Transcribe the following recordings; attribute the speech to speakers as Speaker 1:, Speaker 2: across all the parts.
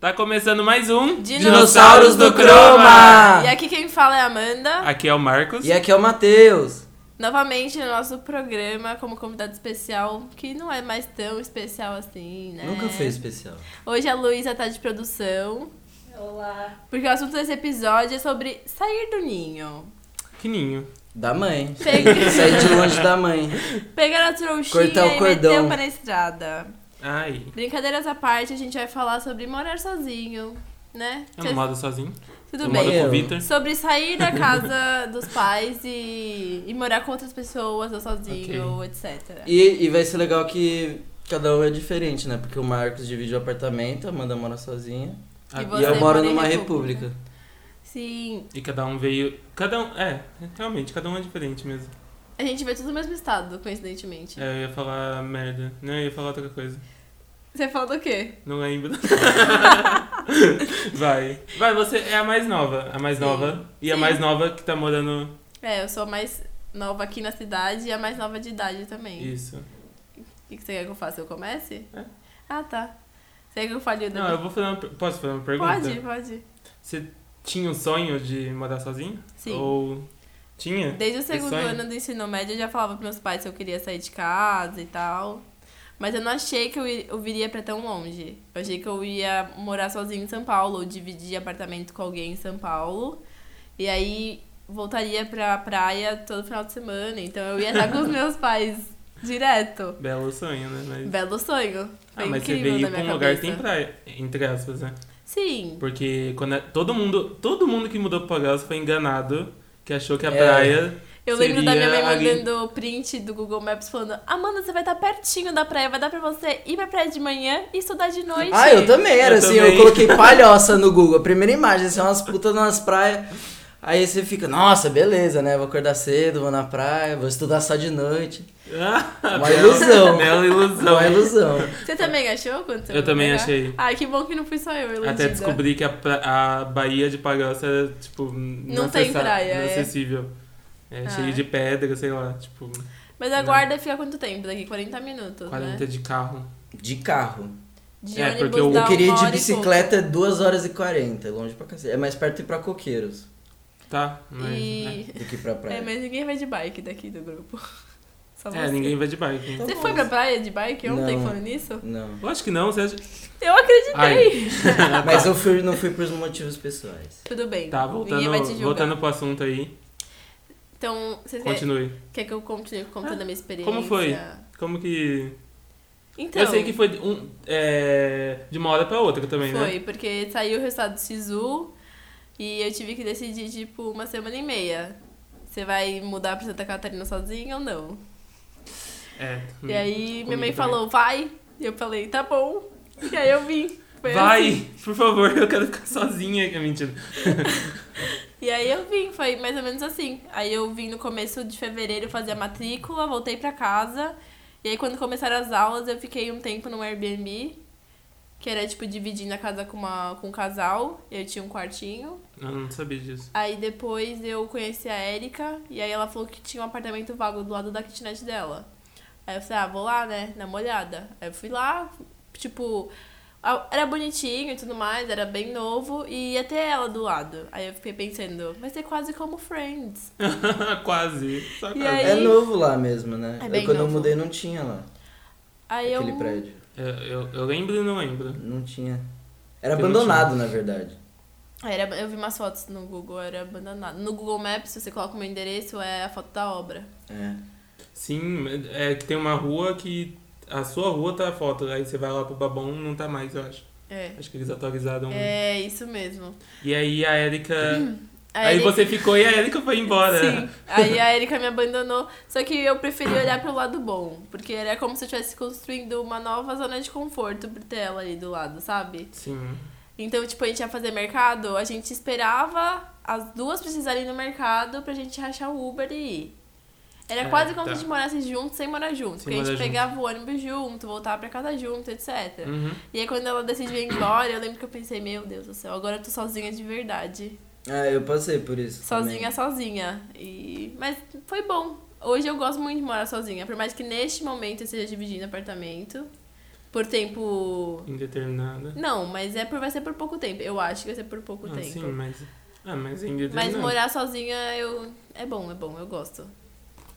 Speaker 1: Tá começando mais um
Speaker 2: Dinossauros do Croma!
Speaker 3: E aqui quem fala é a Amanda.
Speaker 1: Aqui é o Marcos.
Speaker 2: E aqui é o Matheus.
Speaker 3: Novamente no nosso programa, como convidado especial, que não é mais tão especial assim, né?
Speaker 2: Nunca fez especial.
Speaker 3: Hoje a Luísa tá de produção,
Speaker 4: Olá.
Speaker 3: porque o assunto desse episódio é sobre sair do ninho.
Speaker 2: é-
Speaker 1: Que ninho.
Speaker 2: Da mãe.
Speaker 3: Pegar-
Speaker 2: Sair de longe da mãe.
Speaker 3: Pegar a trouxinha
Speaker 2: Cortar o
Speaker 3: e
Speaker 2: cordão.
Speaker 3: meter o pé na estrada.
Speaker 1: Ai,
Speaker 3: Brincadeiras à parte, a gente vai falar sobre morar sozinho, né?
Speaker 2: É
Speaker 1: eu não moro sozinho.
Speaker 3: Tudo
Speaker 1: eu
Speaker 3: bem.
Speaker 1: moro com o
Speaker 2: Eu.
Speaker 1: Victor.
Speaker 3: Sobre sair da casa dos pais e, e morar com outras pessoas ou sozinho, etc.
Speaker 2: E, e vai ser legal que cada um é diferente, né? Porque o Marcos divide o apartamento, a Amanda mora sozinha.
Speaker 1: Ah,
Speaker 3: você
Speaker 2: e eu
Speaker 3: mora
Speaker 2: moro
Speaker 3: em
Speaker 2: numa
Speaker 3: república.
Speaker 2: república.
Speaker 3: Sim,
Speaker 1: E cada um veio. Cada um. É, realmente, cada um é diferente mesmo.
Speaker 3: a gente veio tudo no mesmo estado, coincidentemente.
Speaker 1: É, eu ia falar merda. Não, eu ia falar outra coisa.
Speaker 3: Você falou do quê?
Speaker 1: Não lembro. Vai. Vai, você é a mais nova. A mais
Speaker 3: Sim.
Speaker 1: nova. E a
Speaker 3: Sim.
Speaker 1: mais nova que tá morando.
Speaker 3: É, eu sou a mais nova aqui na cidade e a mais nova de idade também.
Speaker 1: Isso.
Speaker 3: O que que você quer que eu faça? Eu comece?
Speaker 1: É.
Speaker 3: Ah, tá. Você quer que eu fale o
Speaker 1: Não, eu vou fazer uma. per- Posso fazer uma pergunta?
Speaker 3: Pode, pode.
Speaker 1: Você tinha um sonho de morar sozinho?
Speaker 3: Sim.
Speaker 1: Ou. Tinha?
Speaker 3: Desde o segundo
Speaker 1: sonho?
Speaker 3: ano do ensino médio eu já falava pros meus pais se eu queria sair de casa e tal. Mas eu não achei que eu, ir- eu viria pra tão longe. Eu achei que eu ia morar sozinho em São Paulo, ou dividir apartamento com alguém em São Paulo. E aí voltaria pra praia todo final de semana. Então eu ia estar com os meus pais direto.
Speaker 1: Belo sonho, né? Mas...
Speaker 3: Belo sonho. Foi
Speaker 1: Ah, mas você
Speaker 3: incrível
Speaker 1: veio
Speaker 3: na
Speaker 1: pra
Speaker 3: minha
Speaker 1: um lugar
Speaker 3: cabeça.
Speaker 1: que tem praia, entre aspas, né?
Speaker 3: Sim.
Speaker 1: Porque quando é- todo mundo, todo mundo que mudou pra Palhoça foi enganado, que achou que a
Speaker 2: É.
Speaker 1: praia
Speaker 3: Eu lembro da minha mãe
Speaker 1: Seria ali-
Speaker 3: mandando print do Google Maps falando: Amanda, você vai estar pertinho da praia, vai dar pra você ir pra praia de manhã e estudar de noite.
Speaker 2: Ah, eu também era
Speaker 1: Eu
Speaker 2: assim,
Speaker 1: também.
Speaker 2: eu coloquei palhoça no Google. A primeira imagem, assim, umas putas nas praias. Aí você fica, nossa, beleza, né? Vou acordar cedo, vou na praia, vou estudar só de noite.
Speaker 1: Ah,
Speaker 2: Uma
Speaker 1: bela-
Speaker 2: ilusão.
Speaker 1: Bela ilusão.
Speaker 2: Uma ilusão.
Speaker 3: Você também achou quando você
Speaker 1: Eu também
Speaker 3: foi pegar?
Speaker 1: achei.
Speaker 3: Ah, que bom que não fui só eu, iludida.
Speaker 1: Até descobri que a, pra- a Bahia de Palhoça era, tipo,
Speaker 3: Não tem
Speaker 1: acessa-
Speaker 3: praia,
Speaker 1: não
Speaker 3: é.
Speaker 1: acessível. É,
Speaker 3: Ah. Né?
Speaker 1: cheio de pedra, sei lá, tipo,
Speaker 3: Mas a guarda fica quanto tempo? Daqui 40 minutos,
Speaker 1: 40
Speaker 3: né?
Speaker 1: de carro.
Speaker 2: De carro.
Speaker 3: De
Speaker 1: É,
Speaker 3: ônibus
Speaker 1: porque eu-
Speaker 3: dá
Speaker 2: Eu queria ir
Speaker 3: uma
Speaker 2: de
Speaker 3: hora e
Speaker 2: bicicleta 2 horas e 40, longe pra cacete. É mais perto ir pra coqueiros
Speaker 1: Tá?
Speaker 3: pouco.
Speaker 1: Mas, né?
Speaker 3: E...
Speaker 2: do que pra
Speaker 3: É,
Speaker 2: praia.
Speaker 3: mas ninguém vai de bike daqui do grupo. Só
Speaker 1: É, É,
Speaker 3: você.
Speaker 1: ninguém vai de bike.
Speaker 3: Você foi pra praia de bike ontem
Speaker 2: Não.
Speaker 3: falando nisso?
Speaker 2: Não.
Speaker 1: Eu acho que não, você acha...
Speaker 3: Eu acreditei! Ah, tá.
Speaker 2: Mas eu fui, não fui por motivos pessoais.
Speaker 3: Tudo bem.
Speaker 1: Tá,
Speaker 3: Ninguém vai te
Speaker 1: voltando,
Speaker 3: julgar.
Speaker 1: voltando pro assunto aí,
Speaker 3: Então, vocês querem-
Speaker 1: continue.
Speaker 3: Quer que eu continue contando a minha experiência?
Speaker 1: Ah, Como foi? Como que...
Speaker 3: Então,
Speaker 1: eu sei que foi de um, é, de uma hora pra outra também, né?
Speaker 3: foi, porque saiu o resultado do SISU e eu tive que decidir, tipo, uma semana e meia. Você vai mudar pra Santa Catarina sozinha ou não?
Speaker 1: É.
Speaker 3: E aí minha
Speaker 1: comigo também.
Speaker 3: mãe falou, vai! E eu falei, tá bom. E aí eu vim. Foi
Speaker 1: Vai,
Speaker 3: assim.
Speaker 1: por favor, eu quero ficar sozinha. É mentira.
Speaker 3: E aí eu vim, foi mais ou menos assim. Aí eu vim no começo de fevereiro fazer a matrícula, voltei pra casa. E aí quando começaram as aulas, eu fiquei um tempo num Airbnb, que era tipo dividindo a casa com, uma, com um casal. Eu tinha um quartinho.
Speaker 1: Eu não sabia disso.
Speaker 3: Aí depois eu conheci a Érica, e aí ela falou que tinha um apartamento vago do lado da kitnet dela. Aí eu falei, ah, vou lá, né, na molhada. Aí eu fui lá, tipo, a- era bonitinho e tudo mais, era bem novo, e ia ter ela do lado. Aí eu fiquei pensando, vai ser quase como Friends.
Speaker 1: quase. Só
Speaker 3: E
Speaker 1: quase.
Speaker 3: aí?
Speaker 2: É novo lá mesmo, né?
Speaker 3: É bem
Speaker 2: eu, quando
Speaker 3: novo.
Speaker 2: eu mudei não tinha lá.
Speaker 3: Aí
Speaker 2: aquele
Speaker 3: eu...
Speaker 2: prédio.
Speaker 1: Eu, eu, eu lembro e não lembro.
Speaker 2: Não tinha. Era
Speaker 1: Porque não
Speaker 2: abandonado, na verdade.
Speaker 3: Aí Era, eu vi umas fotos no Google, era abandonado. No Google Maps, se você coloca o meu endereço, é a foto da obra.
Speaker 2: É.
Speaker 1: Sim, é que tem uma rua que. A sua rua tá a foto. Aí você vai lá pro Babão não tá mais, eu acho.
Speaker 3: É,
Speaker 1: Acho que eles atualizaram.
Speaker 3: é isso mesmo.
Speaker 1: E aí a Erika.
Speaker 3: A
Speaker 1: aí
Speaker 3: Érica-
Speaker 1: você ficou e a Erika foi embora.
Speaker 3: Sim. Aí a Erika me abandonou. Só que eu preferi olhar pro lado bom. Porque era como se eu estivesse construindo uma nova zona de conforto pra ter ela ali do lado, sabe?
Speaker 1: Sim.
Speaker 3: Então, tipo, a gente ia fazer mercado, a gente esperava as duas precisarem ir no mercado pra gente rachar o Uber e ir. Era
Speaker 1: É,
Speaker 3: quase como
Speaker 1: tá.
Speaker 3: se a gente morasse junto sem morar junto.
Speaker 1: Sem
Speaker 3: porque a gente
Speaker 1: morar junto.
Speaker 3: pegava o ônibus junto, voltava pra casa junto, etc.
Speaker 1: Uhum.
Speaker 3: E aí quando ela decidiu ir embora, eu lembro que eu pensei, meu Deus do céu, agora eu tô sozinha de verdade
Speaker 2: Ah, eu passei por isso.
Speaker 3: sozinha, sozinha. E... Mas foi bom. Hoje eu gosto muito de morar sozinha. Por mais que neste momento eu esteja dividindo apartamento. por tempo.
Speaker 1: Indeterminada.
Speaker 3: Não, mas é por, vai ser por pouco tempo. Eu acho que vai ser por pouco
Speaker 1: Ah,
Speaker 3: tempo.
Speaker 1: sim, mas. Ah, mas indeterminada.
Speaker 3: Mas morar sozinha eu. É bom, é bom, eu gosto.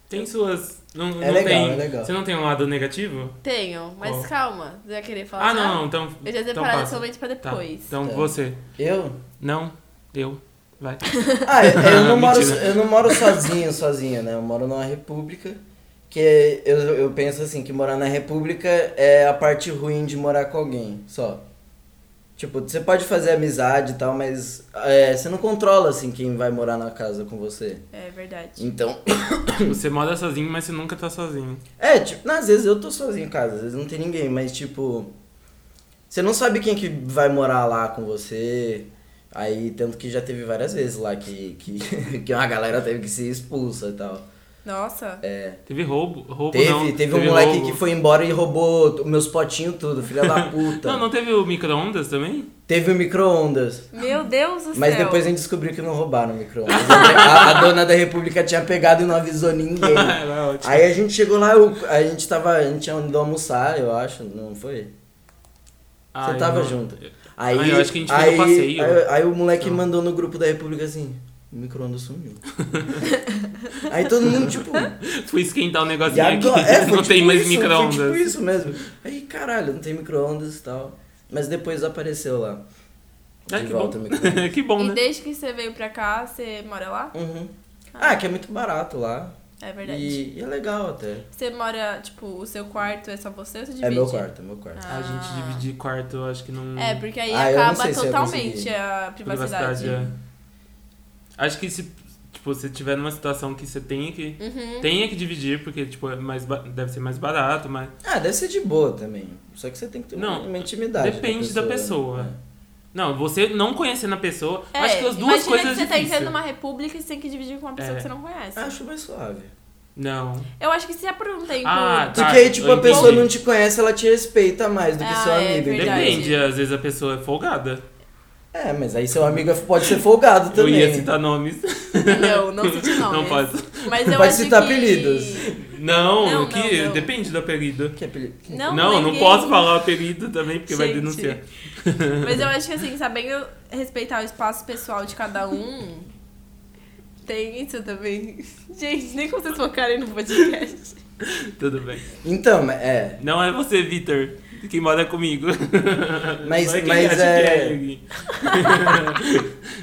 Speaker 1: Tem suas. Não, não
Speaker 2: É legal,
Speaker 1: tem...
Speaker 2: é legal.
Speaker 1: Você não tem um lado negativo?
Speaker 3: Tenho, mas
Speaker 1: Qual?
Speaker 3: calma, você vai querer falar.
Speaker 1: ah,
Speaker 3: já?
Speaker 1: não, então.
Speaker 3: Eu já
Speaker 1: então
Speaker 3: separado
Speaker 1: passa.
Speaker 3: somente pra
Speaker 1: Tá,
Speaker 3: depois.
Speaker 1: Então
Speaker 2: Tá.
Speaker 1: você.
Speaker 2: Eu?
Speaker 1: Não, eu. Vai.
Speaker 2: Ah, eu, eu não moro,
Speaker 1: Mentira.
Speaker 2: eu não moro sozinho, sozinho, né? Eu moro numa república. Que eu, eu penso assim, que morar na república é a parte ruim de morar com alguém, só. Tipo, você pode fazer amizade e tal, mas é, você não controla, assim, quem vai morar na casa com você.
Speaker 3: É verdade.
Speaker 2: Então,
Speaker 1: Você mora sozinho, mas você nunca tá sozinho.
Speaker 2: é, tipo, às vezes eu tô sozinho em casa, às vezes não tem ninguém, mas tipo. Você não sabe quem que vai morar lá com você. Aí, tanto que já teve várias vezes lá que, que, que uma galera teve que ser expulsa e tal.
Speaker 3: Nossa.
Speaker 2: É.
Speaker 1: Teve roubo. Roubo
Speaker 2: Teve,
Speaker 1: não.
Speaker 2: teve, um moleque
Speaker 1: roubo.
Speaker 2: que foi embora e roubou t- meus potinhos tudo, filha da puta.
Speaker 1: Não, não teve o micro-ondas também?
Speaker 2: Teve o micro-ondas.
Speaker 1: Ah.
Speaker 3: Meu Deus do
Speaker 2: Mas
Speaker 3: céu.
Speaker 2: depois a gente descobriu que não roubaram o micro-ondas. a, a dona da República tinha pegado e não avisou ninguém.
Speaker 1: Era ótimo.
Speaker 2: Aí a gente chegou lá, eu- a gente tava. A gente tinha ido almoçar, eu acho, não foi?
Speaker 1: Ai,
Speaker 2: Você tava
Speaker 1: não.
Speaker 2: junto.
Speaker 1: Ah,
Speaker 2: Aí,
Speaker 1: eu acho que a gente fez
Speaker 2: aí,
Speaker 1: um passeio. Então.
Speaker 2: Aí, aí o moleque
Speaker 1: Sei lá.
Speaker 2: mandou no grupo da República assim: o micro-ondas sumiu. aí todo mundo, tipo,
Speaker 1: Fui esquentar o
Speaker 2: E
Speaker 1: negocinho aqui.
Speaker 2: agora- é, foi
Speaker 1: não
Speaker 2: tipo
Speaker 1: tem mais
Speaker 2: isso,
Speaker 1: micro-ondas.
Speaker 2: Foi tipo isso mesmo. Aí, caralho, não tem micro-ondas e tal. Mas depois apareceu lá. De
Speaker 1: Ah, que
Speaker 2: volta o
Speaker 1: bom.
Speaker 2: micro-ondas.
Speaker 1: que bom,
Speaker 3: E
Speaker 1: né?
Speaker 3: desde que você veio pra cá, você mora lá?
Speaker 2: Uhum. Ah, que é muito barato lá.
Speaker 3: É verdade.
Speaker 2: E, e é legal até.
Speaker 3: Você mora, tipo, o seu quarto é só você ou você divide?
Speaker 2: É meu quarto, é meu
Speaker 3: Ah.
Speaker 2: quarto.
Speaker 1: A gente dividir quarto, eu acho que não.
Speaker 3: É, porque aí
Speaker 2: Ah, eu não
Speaker 3: acaba
Speaker 2: sei se eu
Speaker 3: totalmente
Speaker 2: consegui.
Speaker 3: a privacidade.
Speaker 1: é. Acho que se tipo, você tiver numa situação que você tenha que.
Speaker 3: Uhum.
Speaker 1: Tenha que dividir, porque tipo, é mais ba- deve ser mais barato, mas.
Speaker 2: Ah, deve ser de boa também. Só que você tem que ter
Speaker 1: Não,
Speaker 2: uma intimidade.
Speaker 1: depende da pessoa.
Speaker 2: né?
Speaker 1: Não, você não conhecendo a pessoa.
Speaker 3: É,
Speaker 1: acho que as duas
Speaker 3: imagina
Speaker 1: coisas.
Speaker 3: que
Speaker 1: é
Speaker 3: você tá
Speaker 1: difícil.
Speaker 3: entrando numa república e você tem que dividir com uma pessoa
Speaker 1: É.
Speaker 3: que você não conhece.
Speaker 2: Acho mais suave.
Speaker 1: Não.
Speaker 3: Eu acho que se é por um tempo.
Speaker 1: Ah, tá.
Speaker 2: Porque aí, tipo,
Speaker 1: eu
Speaker 2: a pessoa
Speaker 1: entendi.
Speaker 2: não te conhece, ela te respeita mais do que
Speaker 3: Ah,
Speaker 2: seu
Speaker 3: é
Speaker 2: amigo. entendeu?
Speaker 3: Verdade.
Speaker 1: Depende, às vezes a pessoa é folgada.
Speaker 2: É, mas aí seu amigo pode ser folgado
Speaker 1: Eu
Speaker 2: também.
Speaker 1: ia citar nomes.
Speaker 3: Não, não cite nomes.
Speaker 1: Não posso.
Speaker 3: Mas eu
Speaker 2: Pode
Speaker 3: acho
Speaker 2: citar
Speaker 3: que...
Speaker 2: apelidos.
Speaker 1: Não,
Speaker 3: Não,
Speaker 1: que
Speaker 3: não, não.
Speaker 1: depende do apelido.
Speaker 2: Que apelido? que-
Speaker 3: Não,
Speaker 1: não,
Speaker 3: ninguém.
Speaker 1: posso falar o apelido também, porque vai
Speaker 3: Gente.
Speaker 1: denunciar.
Speaker 3: Mas eu acho que assim, sabendo respeitar o espaço pessoal de cada um, tem isso também. Gente, nem como vocês focarem no podcast.
Speaker 1: Tudo bem.
Speaker 2: Então, é.
Speaker 1: Não é você, Vitor, que mora comigo.
Speaker 2: Mas-
Speaker 1: Só quem
Speaker 2: mas
Speaker 1: acha
Speaker 2: é-
Speaker 1: que ele.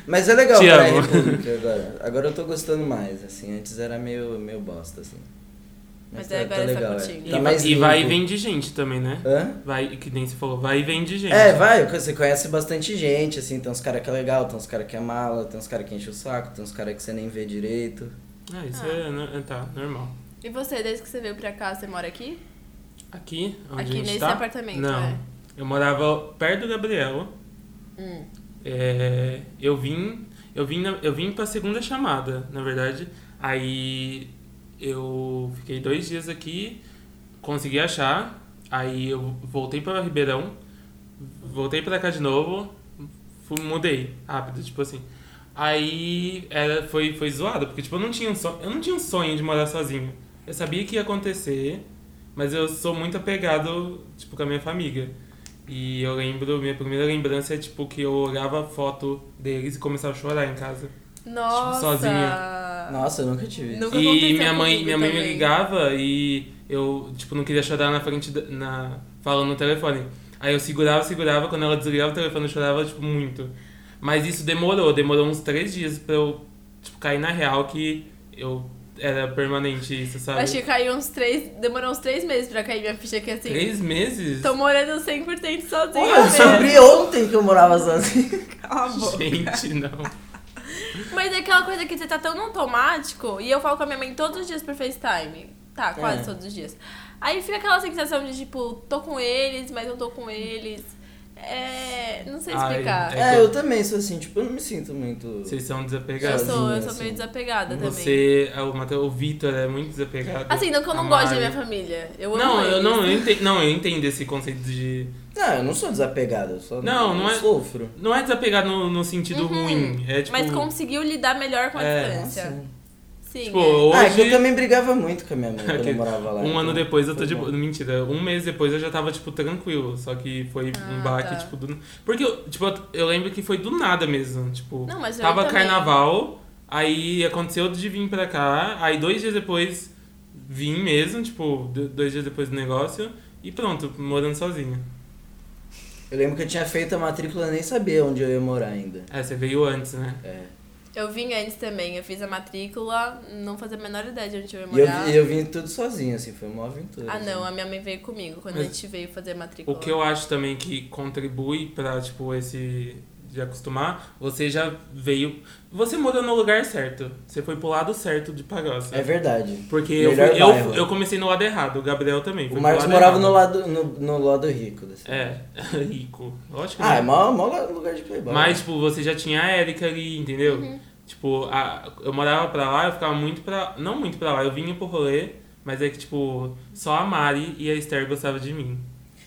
Speaker 2: Mas é legal
Speaker 1: Te
Speaker 2: morar
Speaker 1: amo.
Speaker 2: em República agora. Agora eu tô gostando mais, assim. Antes era meio, meio bosta, assim.
Speaker 3: Mas aí agora você tá curtindo.
Speaker 1: E,
Speaker 3: Tá
Speaker 2: é.
Speaker 1: vai-
Speaker 2: mais
Speaker 1: e vai e
Speaker 2: limpo.
Speaker 1: vende gente também, né?
Speaker 2: Hã?
Speaker 1: Vai, que nem você falou, vai e vende gente.
Speaker 2: É, vai, você conhece bastante gente, assim, tem uns caras que é legal, tem uns caras que é mala, tem uns caras que enche o saco, tem uns caras que você nem vê direito.
Speaker 1: Ah, isso
Speaker 3: Ah.
Speaker 1: é, no- é, Tá, normal.
Speaker 3: E você, desde que você veio pra cá, você mora aqui?
Speaker 1: Aqui, onde
Speaker 3: Aqui
Speaker 1: a gente
Speaker 3: nesse
Speaker 1: tá?
Speaker 3: apartamento,
Speaker 1: Não.
Speaker 3: é.
Speaker 1: Eu morava perto do Gabriel.
Speaker 3: Hum.
Speaker 1: É, eu vim, eu vim, na- eu vim para segunda chamada, na verdade. Aí eu fiquei dois dias aqui, consegui achar. Aí eu voltei para Ribeirão, voltei para cá de novo, fui, mudei rápido, tipo assim. Aí era, foi, foi zoado, porque tipo, eu não, tinha um sonho, eu não tinha um sonho de morar sozinho. Eu sabia que ia acontecer, mas eu sou muito apegado tipo, com a minha família. E eu lembro, minha primeira lembrança é tipo que eu olhava a foto deles e começava a chorar em casa.
Speaker 3: Nossa!
Speaker 1: sozinha.
Speaker 2: Nossa, eu nunca tive isso.
Speaker 3: Nunca
Speaker 1: e
Speaker 3: aconteceu
Speaker 1: minha mãe,
Speaker 3: comigo
Speaker 1: minha mãe me
Speaker 3: também.
Speaker 1: ligava e eu tipo não queria chorar na frente da, na falando no telefone. Aí eu segurava, segurava, quando ela desligava o telefone eu chorava tipo muito. Mas isso demorou, demorou uns três dias pra eu tipo cair na real que eu era permanente isso, sabe?
Speaker 3: Acho que caiu uns três. Demorou uns três meses pra cair minha ficha aqui assim.
Speaker 1: Três meses?
Speaker 3: Tô morando 100% sozinha.
Speaker 2: Porra, eu
Speaker 3: mesmo.
Speaker 2: descobri ontem que eu morava sozinho.
Speaker 3: Cala a boca.
Speaker 1: Gente, não.
Speaker 3: Mas é aquela coisa que você tá tão no automático e eu falo com a minha mãe todos os dias por FaceTime. Tá, quase
Speaker 2: É.
Speaker 3: todos os dias. Aí fica aquela sensação de tipo, tô com eles, mas não tô com eles. É. Não sei
Speaker 1: Ai,
Speaker 3: explicar.
Speaker 1: É
Speaker 2: É,
Speaker 1: que eu-
Speaker 2: eu também sou assim, tipo, eu não me sinto muito.
Speaker 1: Vocês são
Speaker 3: eu
Speaker 1: desapegados.
Speaker 3: sou, eu
Speaker 2: sozinha,
Speaker 3: sou meio
Speaker 2: assim.
Speaker 3: desapegada também.
Speaker 1: Você, ah, o Matheus, o Vitor é muito desapegado.
Speaker 3: Assim, não que eu
Speaker 1: A
Speaker 3: não gosto da
Speaker 1: Mari.
Speaker 3: minha família. Eu amo
Speaker 1: é Não, eu
Speaker 3: eles.
Speaker 1: não, eu entendo, não, eu entendo esse conceito de.
Speaker 2: Não, Ah, eu não sou desapegado, eu só
Speaker 1: Não, não
Speaker 2: eu
Speaker 1: é-
Speaker 2: sofro.
Speaker 1: Não é desapegado no, no sentido
Speaker 3: Uhum.
Speaker 1: ruim. É tipo.
Speaker 3: Mas conseguiu lidar melhor com a
Speaker 1: É.
Speaker 3: distância.
Speaker 2: Nossa.
Speaker 3: Sim.
Speaker 1: Tipo,
Speaker 3: é.
Speaker 1: hoje.
Speaker 2: Ah, é que eu também brigava muito com a minha mãe quando
Speaker 1: Ok.
Speaker 2: eu morava lá.
Speaker 1: Um ano
Speaker 2: então
Speaker 1: depois eu tô
Speaker 2: foi
Speaker 1: de
Speaker 2: bom.
Speaker 1: boa. Mentira, um mês depois eu já tava, tipo, tranquilo. Só que foi um
Speaker 3: Ah,
Speaker 1: baque,
Speaker 3: tá.
Speaker 1: tipo, do... Porque, eu- tipo, eu lembro que foi do nada mesmo. Tipo,
Speaker 3: Não, mas eu
Speaker 1: tava
Speaker 3: também.
Speaker 1: carnaval, aí aconteceu de vir pra cá, aí dois dias depois vim mesmo, tipo, do- dois dias depois do negócio, e pronto, morando sozinho.
Speaker 2: Eu lembro que eu tinha feito a matrícula nem sabia onde eu ia morar ainda.
Speaker 1: É, você veio antes, né?
Speaker 2: É.
Speaker 3: Eu vim antes também, eu fiz a matrícula, não fazia a menor ideia de onde eu ia
Speaker 2: E eu,
Speaker 3: morar.
Speaker 2: e eu vim tudo sozinho, assim, foi uma aventura.
Speaker 3: Ah,
Speaker 2: assim.
Speaker 3: não, a minha mãe veio comigo quando
Speaker 1: Mas
Speaker 3: a gente veio fazer a matrícula.
Speaker 1: O que eu acho também que contribui pra, tipo, esse. de acostumar, você já veio. Você morou no lugar certo. Você foi pro lado certo de Palhoça.
Speaker 2: É verdade.
Speaker 1: Porque eu,
Speaker 2: Melhor
Speaker 1: fui- eu,
Speaker 2: bairro.
Speaker 1: eu comecei no lado errado, o Gabriel também. foi
Speaker 2: O
Speaker 1: pro
Speaker 2: Marcos
Speaker 1: lado
Speaker 2: morava
Speaker 1: errado.
Speaker 2: no lado, no, no lado rico da cidade.
Speaker 1: É, rico. Lógico.
Speaker 2: Ah, é né?
Speaker 1: né?
Speaker 2: mó, mó lugar de playboy.
Speaker 1: Mas, tipo, você já tinha a Erika ali, entendeu? Tipo, a- eu morava pra lá, eu ficava muito pra. Não muito pra lá, eu vinha pro rolê, mas é que, tipo, só a Mari e a Esther gostavam de mim.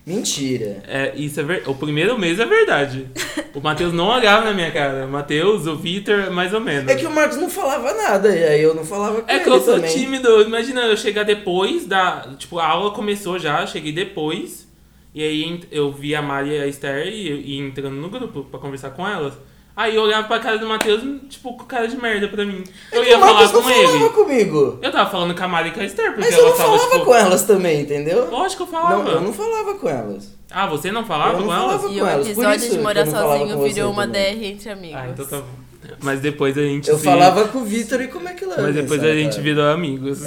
Speaker 2: Mentira.
Speaker 1: É, isso é ver... O primeiro mês é verdade. O Matheus não olhava na minha cara. O Matheus, o Vitor, mais ou menos.
Speaker 2: É que o Marcos não falava nada, e aí eu não falava com
Speaker 1: É
Speaker 2: ele
Speaker 1: que eu sou
Speaker 2: também.
Speaker 1: tímido, imagina eu chegar depois da. Tipo, a aula começou já, eu cheguei depois. E aí ent- eu vi a Mari e a Esther e, e entrando no grupo pra conversar com elas. Aí eu olhava pra cara do Matheus, tipo, com cara de merda pra mim.
Speaker 2: É
Speaker 1: Eu
Speaker 2: que
Speaker 1: ia
Speaker 2: o
Speaker 1: falar
Speaker 2: Marcos
Speaker 1: com
Speaker 2: não
Speaker 1: ele.
Speaker 2: falava comigo.
Speaker 1: Eu tava falando com a Mari e com a Esther, porque
Speaker 2: Mas eu não
Speaker 1: elas
Speaker 2: falava
Speaker 1: estavam, tipo.
Speaker 2: com elas também, entendeu?
Speaker 1: Lógico que eu falava.
Speaker 2: Não, eu não falava com elas.
Speaker 1: Ah, você não falava
Speaker 2: Eu não
Speaker 1: com elas?
Speaker 2: falava
Speaker 3: E o
Speaker 2: com elas, por
Speaker 3: episódio
Speaker 2: isso
Speaker 3: de
Speaker 2: que eu
Speaker 3: morar
Speaker 2: não falava
Speaker 3: sozinho
Speaker 2: com você
Speaker 3: virou uma
Speaker 2: também.
Speaker 3: DR entre amigos.
Speaker 1: Ah, então tá bom. Mas depois a gente.
Speaker 2: Eu
Speaker 1: se-
Speaker 2: falava com o Vitor e como é que
Speaker 1: Mas depois a gente virou amigos.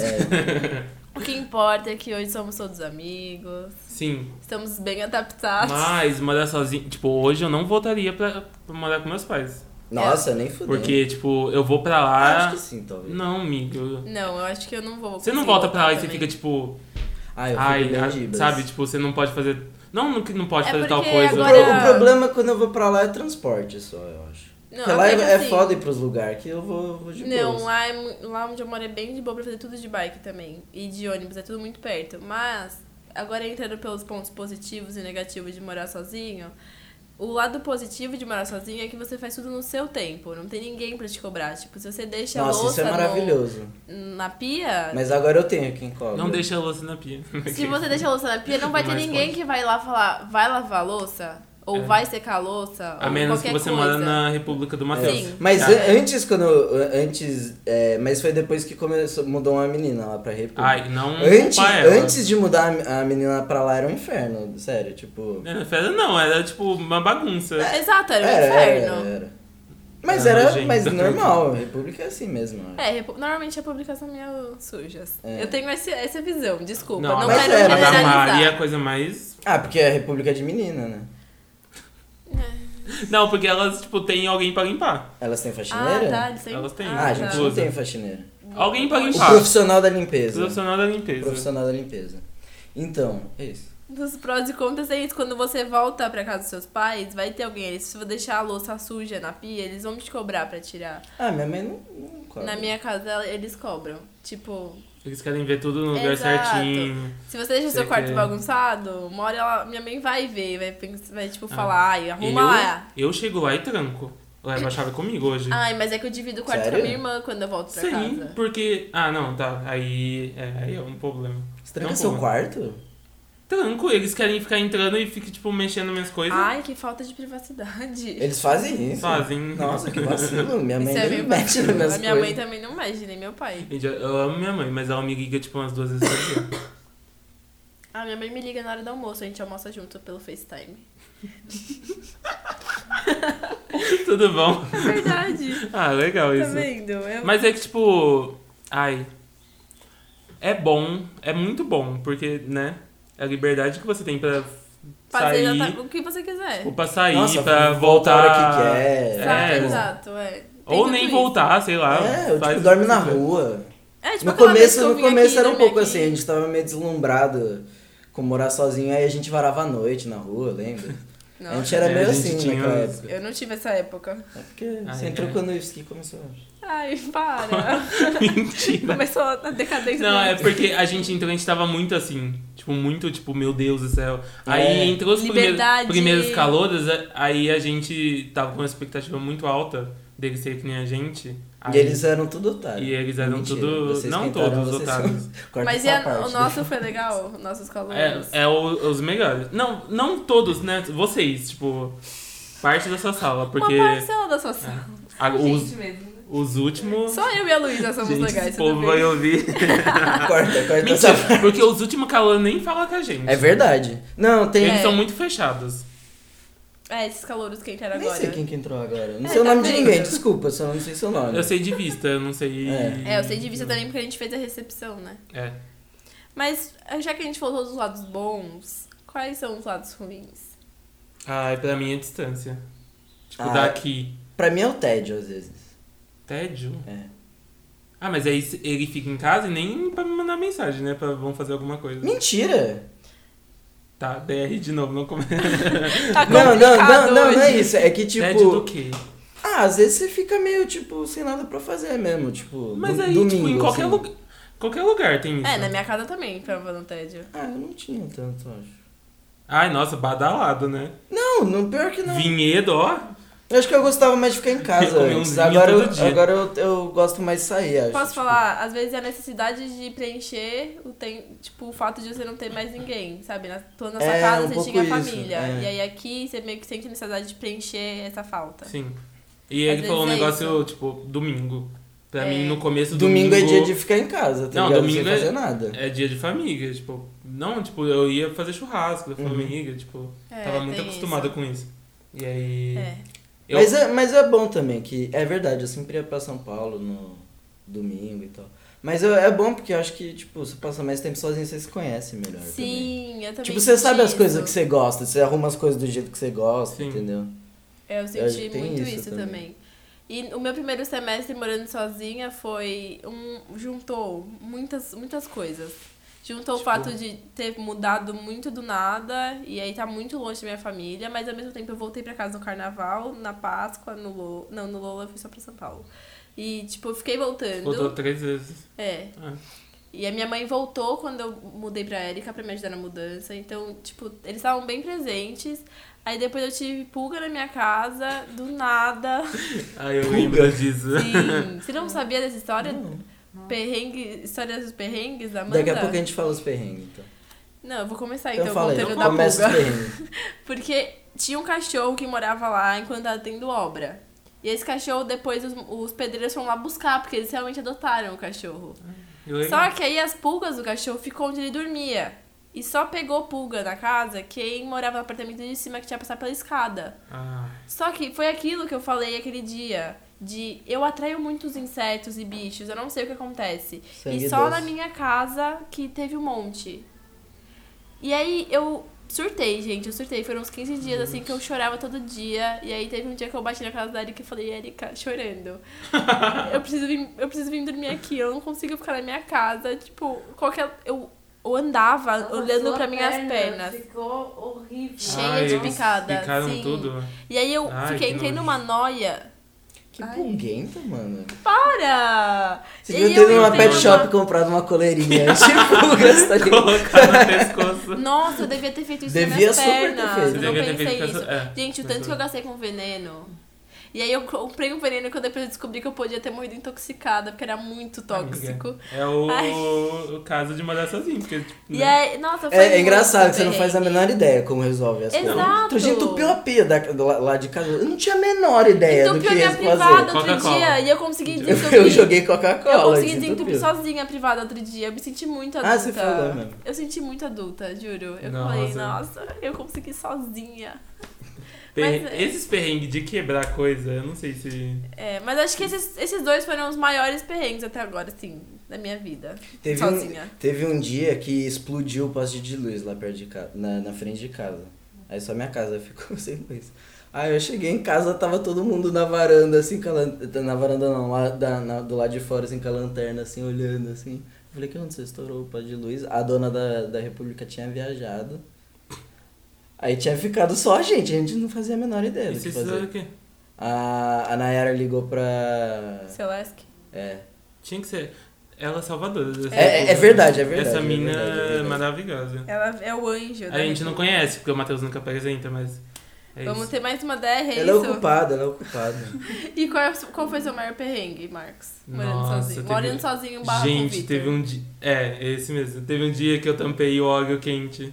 Speaker 3: O que importa é que hoje somos todos amigos,
Speaker 1: Sim.
Speaker 3: estamos bem adaptados.
Speaker 1: Mas morar sozinho, tipo, hoje eu não voltaria pra, pra morar com meus pais.
Speaker 2: Nossa, nem fudeu.
Speaker 1: Porque, tipo, eu vou pra lá.
Speaker 2: Acho que sim, talvez.
Speaker 1: Não, amigo.
Speaker 3: Não, eu acho que eu não vou.
Speaker 1: Você não
Speaker 3: conseguir
Speaker 1: volta pra lá e
Speaker 3: voltar
Speaker 1: você fica,
Speaker 3: também.
Speaker 1: tipo,
Speaker 2: Ah, eu fico
Speaker 1: ai,
Speaker 2: bem
Speaker 1: a-
Speaker 2: dibas.
Speaker 1: sabe, tipo, você não pode fazer. Não, não que não pode
Speaker 3: É
Speaker 1: fazer tal
Speaker 3: porque
Speaker 1: coisa.
Speaker 2: O,
Speaker 3: agora-
Speaker 2: pro- o problema quando eu vou pra lá é transporte só, eu acho.
Speaker 3: Não,
Speaker 2: Porque lá é,
Speaker 3: até que
Speaker 2: é
Speaker 3: assim-
Speaker 2: foda ir pros lugares que eu vou, vou de
Speaker 3: Não,
Speaker 2: boas.
Speaker 3: lá, é mu- lá onde eu moro é bem de boa pra fazer tudo de bike também. E de ônibus, é tudo muito perto. Mas, agora entrando pelos pontos positivos e negativos de morar sozinho, o lado positivo de morar sozinho é que você faz tudo no seu tempo. Não tem ninguém pra te cobrar. Tipo, se você deixa a
Speaker 2: Nossa,
Speaker 3: louça
Speaker 2: isso é
Speaker 3: no-
Speaker 2: maravilhoso.
Speaker 3: na pia,
Speaker 2: Mas agora eu tenho quem cobra.
Speaker 1: Não deixa a louça na pia.
Speaker 3: se você deixa a louça na pia, não vai ter
Speaker 1: Mas
Speaker 3: ninguém
Speaker 1: pode.
Speaker 3: que vai lá falar, vai lavar a louça, ou
Speaker 1: É.
Speaker 3: vai secar a louça,
Speaker 1: A
Speaker 3: ou
Speaker 1: menos que
Speaker 3: qualquer
Speaker 1: você
Speaker 3: coisa.
Speaker 1: mora na República do Matheus.
Speaker 3: Sim.
Speaker 2: É. Mas
Speaker 1: Ah.
Speaker 2: an- antes, quando. Antes. é, mas foi depois que começou, mudou uma menina lá pra República.
Speaker 1: Ai, então não.
Speaker 2: antes,
Speaker 1: culpa ela.
Speaker 2: antes de mudar a a menina pra lá era um inferno, sério, tipo.
Speaker 1: Era fera não, era tipo uma bagunça.
Speaker 3: Exato, era um
Speaker 2: É,
Speaker 3: inferno.
Speaker 2: era. Mas
Speaker 1: Ah,
Speaker 2: era.
Speaker 1: gente.
Speaker 2: Mas normal, a República é assim mesmo. eu acho.
Speaker 3: É, repu- normalmente a publicação minha é sujas.
Speaker 2: É.
Speaker 3: Eu tenho esse- essa visão, desculpa. Não,
Speaker 2: mas
Speaker 3: quero
Speaker 2: é,
Speaker 1: a da
Speaker 3: generalizar.
Speaker 1: Mari é a coisa mais.
Speaker 2: Ah, porque a República é de menina, né?
Speaker 1: Não, porque elas, tipo, têm alguém pra limpar.
Speaker 2: Elas têm
Speaker 3: Ah,
Speaker 2: faxineira?
Speaker 3: tá, eles têm.
Speaker 1: Elas têm. tipo,
Speaker 2: Ah, a gente não
Speaker 1: Usa.
Speaker 2: tem faxineira.
Speaker 1: Alguém pra
Speaker 2: O
Speaker 1: limpar.
Speaker 2: profissional da limpeza.
Speaker 1: Profissional da limpeza.
Speaker 2: Profissional da limpeza. Então, é isso.
Speaker 3: Nos prós e contras é isso. Quando você volta pra casa dos seus pais, vai ter alguém. Eles, se você deixar a louça suja na pia, eles vão te cobrar pra tirar.
Speaker 2: Ah, minha mãe não, não cobra.
Speaker 3: Na minha casa, eles cobram. Tipo,
Speaker 1: Eles querem ver tudo no lugar
Speaker 3: Exato.
Speaker 1: certinho.
Speaker 3: se você deixa o seu
Speaker 1: Sei
Speaker 3: quarto
Speaker 1: que- é.
Speaker 3: bagunçado, uma hora ela- minha mãe vai ver, vai, pens- vai tipo,
Speaker 1: Ah.
Speaker 3: falar, ai, arruma lá.
Speaker 1: Eu, eu chego lá e tranco. Leva a chave comigo hoje.
Speaker 3: Ai, mas é que eu divido o quarto com
Speaker 2: Sério?
Speaker 3: a minha irmã quando eu volto pra
Speaker 1: Sim,
Speaker 3: casa.
Speaker 1: porque. Ah, não, tá. Aí é, aí é um problema.
Speaker 2: Você tranca
Speaker 1: Não,
Speaker 2: seu
Speaker 1: pô.
Speaker 2: quarto?
Speaker 1: Tranco, eles querem ficar entrando e fica, tipo, mexendo minhas coisas.
Speaker 3: Ai, que falta de privacidade.
Speaker 2: Eles fazem isso.
Speaker 1: Fazem.
Speaker 2: Nossa, que vacilo. Minha mãe
Speaker 3: Isso é
Speaker 2: nem
Speaker 3: meio
Speaker 2: mexe nas
Speaker 3: vacilo.
Speaker 2: minhas
Speaker 3: A minha mãe
Speaker 2: coisas.
Speaker 3: também não mexe, nem meu pai.
Speaker 1: Gente, eu amo minha mãe, mas ela me liga, tipo, umas duas vezes por dia.
Speaker 3: A minha mãe me liga na hora do almoço, a gente almoça junto pelo FaceTime.
Speaker 1: Tudo
Speaker 2: É
Speaker 1: bom?
Speaker 3: Verdade.
Speaker 1: Ah, legal
Speaker 3: tá
Speaker 1: isso.
Speaker 3: vendo? Eu-
Speaker 1: Mas é que, tipo. Ai. É bom, é muito bom, porque, né? A liberdade que você tem pra
Speaker 3: Fazer
Speaker 1: sair.
Speaker 3: exata- o que você quiser.
Speaker 1: Ou pra sair,
Speaker 2: Nossa,
Speaker 1: pra
Speaker 2: volta a
Speaker 1: voltar.
Speaker 2: hora que quer.
Speaker 3: Exato,
Speaker 1: É.
Speaker 3: exato, é. Tem
Speaker 1: Ou
Speaker 3: tudo
Speaker 1: nem
Speaker 3: isso.
Speaker 1: voltar, sei lá.
Speaker 2: É, eu
Speaker 1: tá faz
Speaker 2: tipo,
Speaker 1: o
Speaker 2: dorme
Speaker 1: que
Speaker 2: na
Speaker 1: quiser.
Speaker 2: rua.
Speaker 3: É, tipo
Speaker 2: No
Speaker 3: aquela vez
Speaker 2: começo,
Speaker 3: que eu
Speaker 2: no
Speaker 3: vim
Speaker 2: começo
Speaker 3: aqui,
Speaker 2: era um
Speaker 3: dormi
Speaker 2: pouco
Speaker 3: aqui.
Speaker 2: assim, a gente tava meio deslumbrado com morar sozinho, aí a gente varava à noite na rua, lembra?
Speaker 3: Nossa,
Speaker 2: A gente era
Speaker 1: É,
Speaker 2: meio
Speaker 1: a gente
Speaker 2: assim
Speaker 1: tinha
Speaker 2: naquela
Speaker 1: uns-
Speaker 2: época.
Speaker 3: Eu não tive essa época.
Speaker 2: É porque você
Speaker 1: Ai,
Speaker 2: entrou
Speaker 1: é.
Speaker 2: quando o ski começou.
Speaker 3: Ai, para.
Speaker 1: Mentira.
Speaker 3: Começou a decadência.
Speaker 1: é Não,
Speaker 3: do-
Speaker 1: é porque a gente entrou, a gente tava muito assim. Tipo, muito, tipo, meu Deus do céu. Aí
Speaker 2: É.
Speaker 1: entrou os primeiros, é,
Speaker 3: Liberdade.
Speaker 1: primeiros calores, aí a gente tava com uma expectativa muito alta. deles ser que nem a gente.
Speaker 2: E eles eram tudo otários.
Speaker 1: E eles eram
Speaker 2: Mentira,
Speaker 1: tudo-
Speaker 2: vocês
Speaker 1: não
Speaker 2: tentaram,
Speaker 1: todos
Speaker 2: vocês
Speaker 1: otários.
Speaker 2: são- Corta
Speaker 3: Mas e
Speaker 2: essa
Speaker 3: a- o
Speaker 2: parte.
Speaker 3: nosso foi legal? O Nossos colunas?
Speaker 1: É, é o- os melhores. Não, não todos, né? Vocês, tipo, parte da sua sala, porque é,
Speaker 3: Uma parcela da sua sala. né?
Speaker 1: a- os,
Speaker 4: Gente mesmo.
Speaker 1: os últimos.
Speaker 3: Só eu e a Luísa somos
Speaker 1: Gente,
Speaker 3: legais,
Speaker 1: esse
Speaker 3: tudo
Speaker 1: povo
Speaker 3: bem.
Speaker 1: vai ouvir.
Speaker 2: Corta, corta essa parte.
Speaker 1: Mentira, porque os últimos calor nem fala com a gente.
Speaker 2: É verdade. Não, tem.
Speaker 1: Eles
Speaker 3: É.
Speaker 1: são muito fechados.
Speaker 3: É, esses calouros que entraram
Speaker 2: Nem
Speaker 3: agora.
Speaker 2: sei quem que entrou agora. Não
Speaker 3: É,
Speaker 2: sei o
Speaker 3: tá
Speaker 2: nome de
Speaker 3: vendo?
Speaker 2: ninguém, desculpa, se eu não sei seu nome.
Speaker 1: Eu sei de vista, eu não sei.
Speaker 2: É.
Speaker 3: É, eu sei de vista também porque a gente fez a recepção, né?
Speaker 1: É.
Speaker 3: Mas já que a gente falou todos os lados bons, quais são os lados ruins?
Speaker 1: Ah, é pra mim é distância. Tipo,
Speaker 2: Ah.
Speaker 1: daqui.
Speaker 2: Pra mim é o tédio, às vezes.
Speaker 1: Tédio?
Speaker 2: É.
Speaker 1: Ah, mas aí se- ele fica em casa e nem pra me mandar mensagem, né? Pra vamos fazer alguma coisa.
Speaker 2: Mentira!
Speaker 1: Tá, DR de novo, não começa. É
Speaker 3: Tá
Speaker 2: não, não, não, não, não é
Speaker 3: hoje.
Speaker 2: isso. É que tipo.
Speaker 1: Tédio do quê?
Speaker 2: Ah, às vezes você fica meio, tipo, sem nada pra fazer mesmo. Tipo,
Speaker 1: Mas
Speaker 2: do-
Speaker 1: aí,
Speaker 2: domingo,
Speaker 1: tipo, em qualquer
Speaker 2: assim.
Speaker 1: lugar. Qualquer lugar tem isso.
Speaker 3: É, na minha casa também, prova no tédio.
Speaker 2: Ah, eu não tinha tanto, eu acho.
Speaker 1: Ai, nossa, badalado, né?
Speaker 2: Não, não, pior que não.
Speaker 1: Vinhedo, ó.
Speaker 2: Eu acho que eu gostava mais de ficar em
Speaker 1: Eu
Speaker 2: casa
Speaker 1: comia
Speaker 2: antes.
Speaker 1: uns vinhos
Speaker 2: Agora,
Speaker 1: todo
Speaker 2: eu,
Speaker 1: dia.
Speaker 2: agora eu, eu gosto mais de sair, acho.
Speaker 3: Posso
Speaker 2: tipo.
Speaker 3: falar, às vezes é a necessidade de preencher o tem, tipo, o fato de você não ter mais ninguém, sabe? Na, tô na sua
Speaker 2: É,
Speaker 3: casa
Speaker 2: um pouco
Speaker 3: você tinha a
Speaker 2: isso,
Speaker 3: família.
Speaker 2: é.
Speaker 3: E aí aqui você meio que sente a necessidade de preencher essa falta.
Speaker 1: Sim. E
Speaker 3: Tá. Às
Speaker 1: ele falou um
Speaker 3: vezes é
Speaker 1: negócio, tipo, domingo. Pra
Speaker 3: É.
Speaker 1: mim, no começo do
Speaker 2: Domingo é dia de ficar em casa, tá
Speaker 1: Não,
Speaker 2: ligado?
Speaker 1: domingo
Speaker 2: Sem
Speaker 1: é-
Speaker 2: fazer nada.
Speaker 1: É dia de família, tipo. Não, tipo, eu ia fazer churrasco da
Speaker 2: Uhum.
Speaker 1: família, tipo.
Speaker 3: É,
Speaker 1: tava muito
Speaker 3: tem
Speaker 1: acostumada
Speaker 3: isso.
Speaker 1: com isso. E aí.
Speaker 3: É.
Speaker 1: Eu,
Speaker 2: Mas, é, mas é bom também, que é verdade, eu sempre ia pra São Paulo no domingo e tal. Mas eu- é bom porque eu acho que, tipo, você passa mais tempo sozinho, você se conhece melhor. também.
Speaker 3: Sim, eu também.
Speaker 2: Tipo, você sabe
Speaker 3: senti
Speaker 2: as coisas
Speaker 3: isso. É
Speaker 2: que você gosta, você arruma as coisas do jeito que você gosta,
Speaker 1: Sim.
Speaker 2: entendeu?
Speaker 3: Eu
Speaker 2: Eu
Speaker 3: senti
Speaker 2: acho que tem
Speaker 3: muito
Speaker 2: isso
Speaker 3: isso,
Speaker 2: também.
Speaker 3: também. E o meu primeiro semestre morando sozinha foi um juntou muitas muitas coisas. Juntou
Speaker 1: Tipo-
Speaker 3: o fato de ter mudado muito do nada e aí tá muito longe da minha família, mas ao mesmo tempo eu voltei pra casa no carnaval, na Páscoa, no Lula, não, no Lula eu fui só pra São Paulo. E tipo, eu fiquei voltando.
Speaker 1: voltou três vezes.
Speaker 3: É.
Speaker 1: Ah.
Speaker 3: E a minha mãe voltou quando eu mudei pra Érica pra me ajudar na mudança. Então, tipo, eles estavam bem presentes. Aí depois eu tive pulga na minha casa, do nada.
Speaker 1: Ai, Ah, eu
Speaker 2: Pulga.
Speaker 1: lembro disso.
Speaker 3: Sim. Você não sabia dessa história?
Speaker 2: Não.
Speaker 3: Perrengue, história dos perrengues da Amanda?
Speaker 2: Daqui a pouco a gente fala os perrengues, então.
Speaker 3: Não, eu vou começar
Speaker 2: Então
Speaker 3: É, então,
Speaker 2: fala aí,
Speaker 3: contando da
Speaker 2: começa os
Speaker 3: pulga.
Speaker 2: perrengues.
Speaker 3: Porque tinha um cachorro que morava lá enquanto tava tendo obra. E esse cachorro, depois os, os pedreiros foram lá buscar, porque eles realmente adotaram o cachorro.
Speaker 1: Eu lembro.
Speaker 3: Só que aí as pulgas do cachorro ficou onde ele dormia. E só pegou pulga na casa quem morava no apartamento de cima que tinha que passar pela escada.
Speaker 1: Ah,
Speaker 3: Só que foi aquilo que eu falei aquele dia. De eu atraio muitos insetos e bichos, eu não sei o que acontece.
Speaker 2: Sangue
Speaker 3: e só
Speaker 2: doce.
Speaker 3: na minha casa que teve um monte. E aí eu surtei, gente, eu surtei. Foram uns 15 dias assim que eu chorava todo dia. E aí teve um dia que eu bati na casa da Erika e falei, Erika, chorando. eu, preciso vir, eu preciso vir dormir aqui, eu não consigo ficar na minha casa. Tipo, qualquer. Eu, eu andava
Speaker 4: Nossa,
Speaker 3: Ah, olhando
Speaker 4: sua
Speaker 3: pra minhas
Speaker 4: perna assim.
Speaker 3: pernas.
Speaker 4: Ficou horrível.
Speaker 3: Cheia
Speaker 1: ai,
Speaker 3: de
Speaker 1: Ah, eles
Speaker 3: picada,
Speaker 1: Picaram
Speaker 3: sim.
Speaker 1: tudo.
Speaker 3: E aí eu
Speaker 1: Ai,
Speaker 3: fiquei,
Speaker 1: que
Speaker 3: entrei
Speaker 1: nojo.
Speaker 3: numa noia.
Speaker 2: Que
Speaker 4: Ai.
Speaker 2: pulguenta, mano.
Speaker 3: Para!
Speaker 2: Você
Speaker 3: E
Speaker 2: devia
Speaker 3: eu
Speaker 2: ter ido numa
Speaker 3: entrei
Speaker 2: pet shop e comprado uma coleirinha de pulgas, tá ligado?
Speaker 1: Colocar no pescoço.
Speaker 3: Nossa, eu devia ter feito isso nas
Speaker 2: Devia
Speaker 3: minhas
Speaker 2: super ter
Speaker 3: pernas.
Speaker 2: feito.
Speaker 3: Eu
Speaker 2: Você
Speaker 3: não
Speaker 1: devia ter
Speaker 3: pensei
Speaker 1: feito com
Speaker 3: isso.
Speaker 1: essa- é,
Speaker 3: Gente, o
Speaker 1: com
Speaker 3: tanto que
Speaker 1: essa-
Speaker 3: eu gastei com veneno. E aí eu comprei um veneno que eu depois descobri que eu podia ter morrido intoxicada, porque era muito tóxico.
Speaker 1: Amiga, É o,
Speaker 3: Ai.
Speaker 1: o caso de morar sozinho, porque, tipo,
Speaker 3: E
Speaker 1: né?
Speaker 3: aí, nossa, foi
Speaker 2: É, é
Speaker 3: muito
Speaker 2: engraçado que você não faz a
Speaker 3: perrengue.
Speaker 2: menor ideia como resolve as coisas.
Speaker 3: Exato.
Speaker 2: Outro dia entupiu a pia da- do- lá de casa. Eu não tinha a menor ideia do
Speaker 3: Entupiu Então, a
Speaker 2: que
Speaker 3: minha
Speaker 2: ia
Speaker 3: privada
Speaker 2: fazer.
Speaker 3: outro
Speaker 1: Coca-Cola.
Speaker 3: dia e eu consegui
Speaker 2: Eu,
Speaker 3: desentupir.
Speaker 2: eu joguei
Speaker 3: Eu
Speaker 2: Coca-Cola.
Speaker 3: consegui desentupir
Speaker 2: desentupir.
Speaker 3: sozinha a privada outro dia. Eu me senti muito
Speaker 2: Ah,
Speaker 3: adulta.
Speaker 2: você falou mesmo.
Speaker 3: Eu senti muito adulta, juro. Eu
Speaker 1: Nossa.
Speaker 3: falei, nossa, eu consegui sozinha.
Speaker 1: Perre-
Speaker 3: mas é-
Speaker 1: Esses perrengues de quebrar coisa, eu não sei se.
Speaker 3: É, mas acho que esses, esses dois foram os maiores perrengues até agora, assim, da minha vida.
Speaker 2: Teve um,
Speaker 3: sozinha.
Speaker 2: teve um dia que explodiu o poste de luz lá perto de casa, na, na frente de casa. Aí só minha casa ficou sem luz. Aí eu cheguei em casa, tava todo mundo na varanda, assim, com a lan- Na varanda não, lá da- na- do lado de fora, assim, com a lanterna, assim, olhando, assim. Eu falei, que onde você estourou o poste de luz? A dona da, da República tinha viajado. Aí tinha ficado só a gente, a gente não fazia a menor ideia do
Speaker 1: Esse
Speaker 2: que
Speaker 1: estudo
Speaker 2: É, fazer.
Speaker 1: aqui.
Speaker 2: A, a Nayara ligou pra...
Speaker 3: Celeste.
Speaker 2: É,
Speaker 1: Tinha que ser. Ela é salvadora. dessa
Speaker 2: É, é- é
Speaker 1: cultura.
Speaker 2: verdade, é verdade.
Speaker 1: Essa
Speaker 2: é
Speaker 1: mina
Speaker 2: verdade, é
Speaker 1: é
Speaker 2: verdade.
Speaker 1: maravilhosa.
Speaker 3: Ela é o anjo.
Speaker 1: A gente não conhece, porque o Matheus nunca apresenta, mas. É
Speaker 3: Vamos
Speaker 1: isso.
Speaker 3: ter mais uma DR, é
Speaker 2: Ela é
Speaker 3: isso?
Speaker 2: ocupada, ela é ocupada.
Speaker 3: E qual, qual foi seu maior perrengue, Marcos? Morando
Speaker 1: Nossa,
Speaker 3: sozinho.
Speaker 1: teve-
Speaker 3: Morando sozinho barra
Speaker 1: Gente, teve um dia. É, esse mesmo. Teve um dia que eu tampei o óleo quente.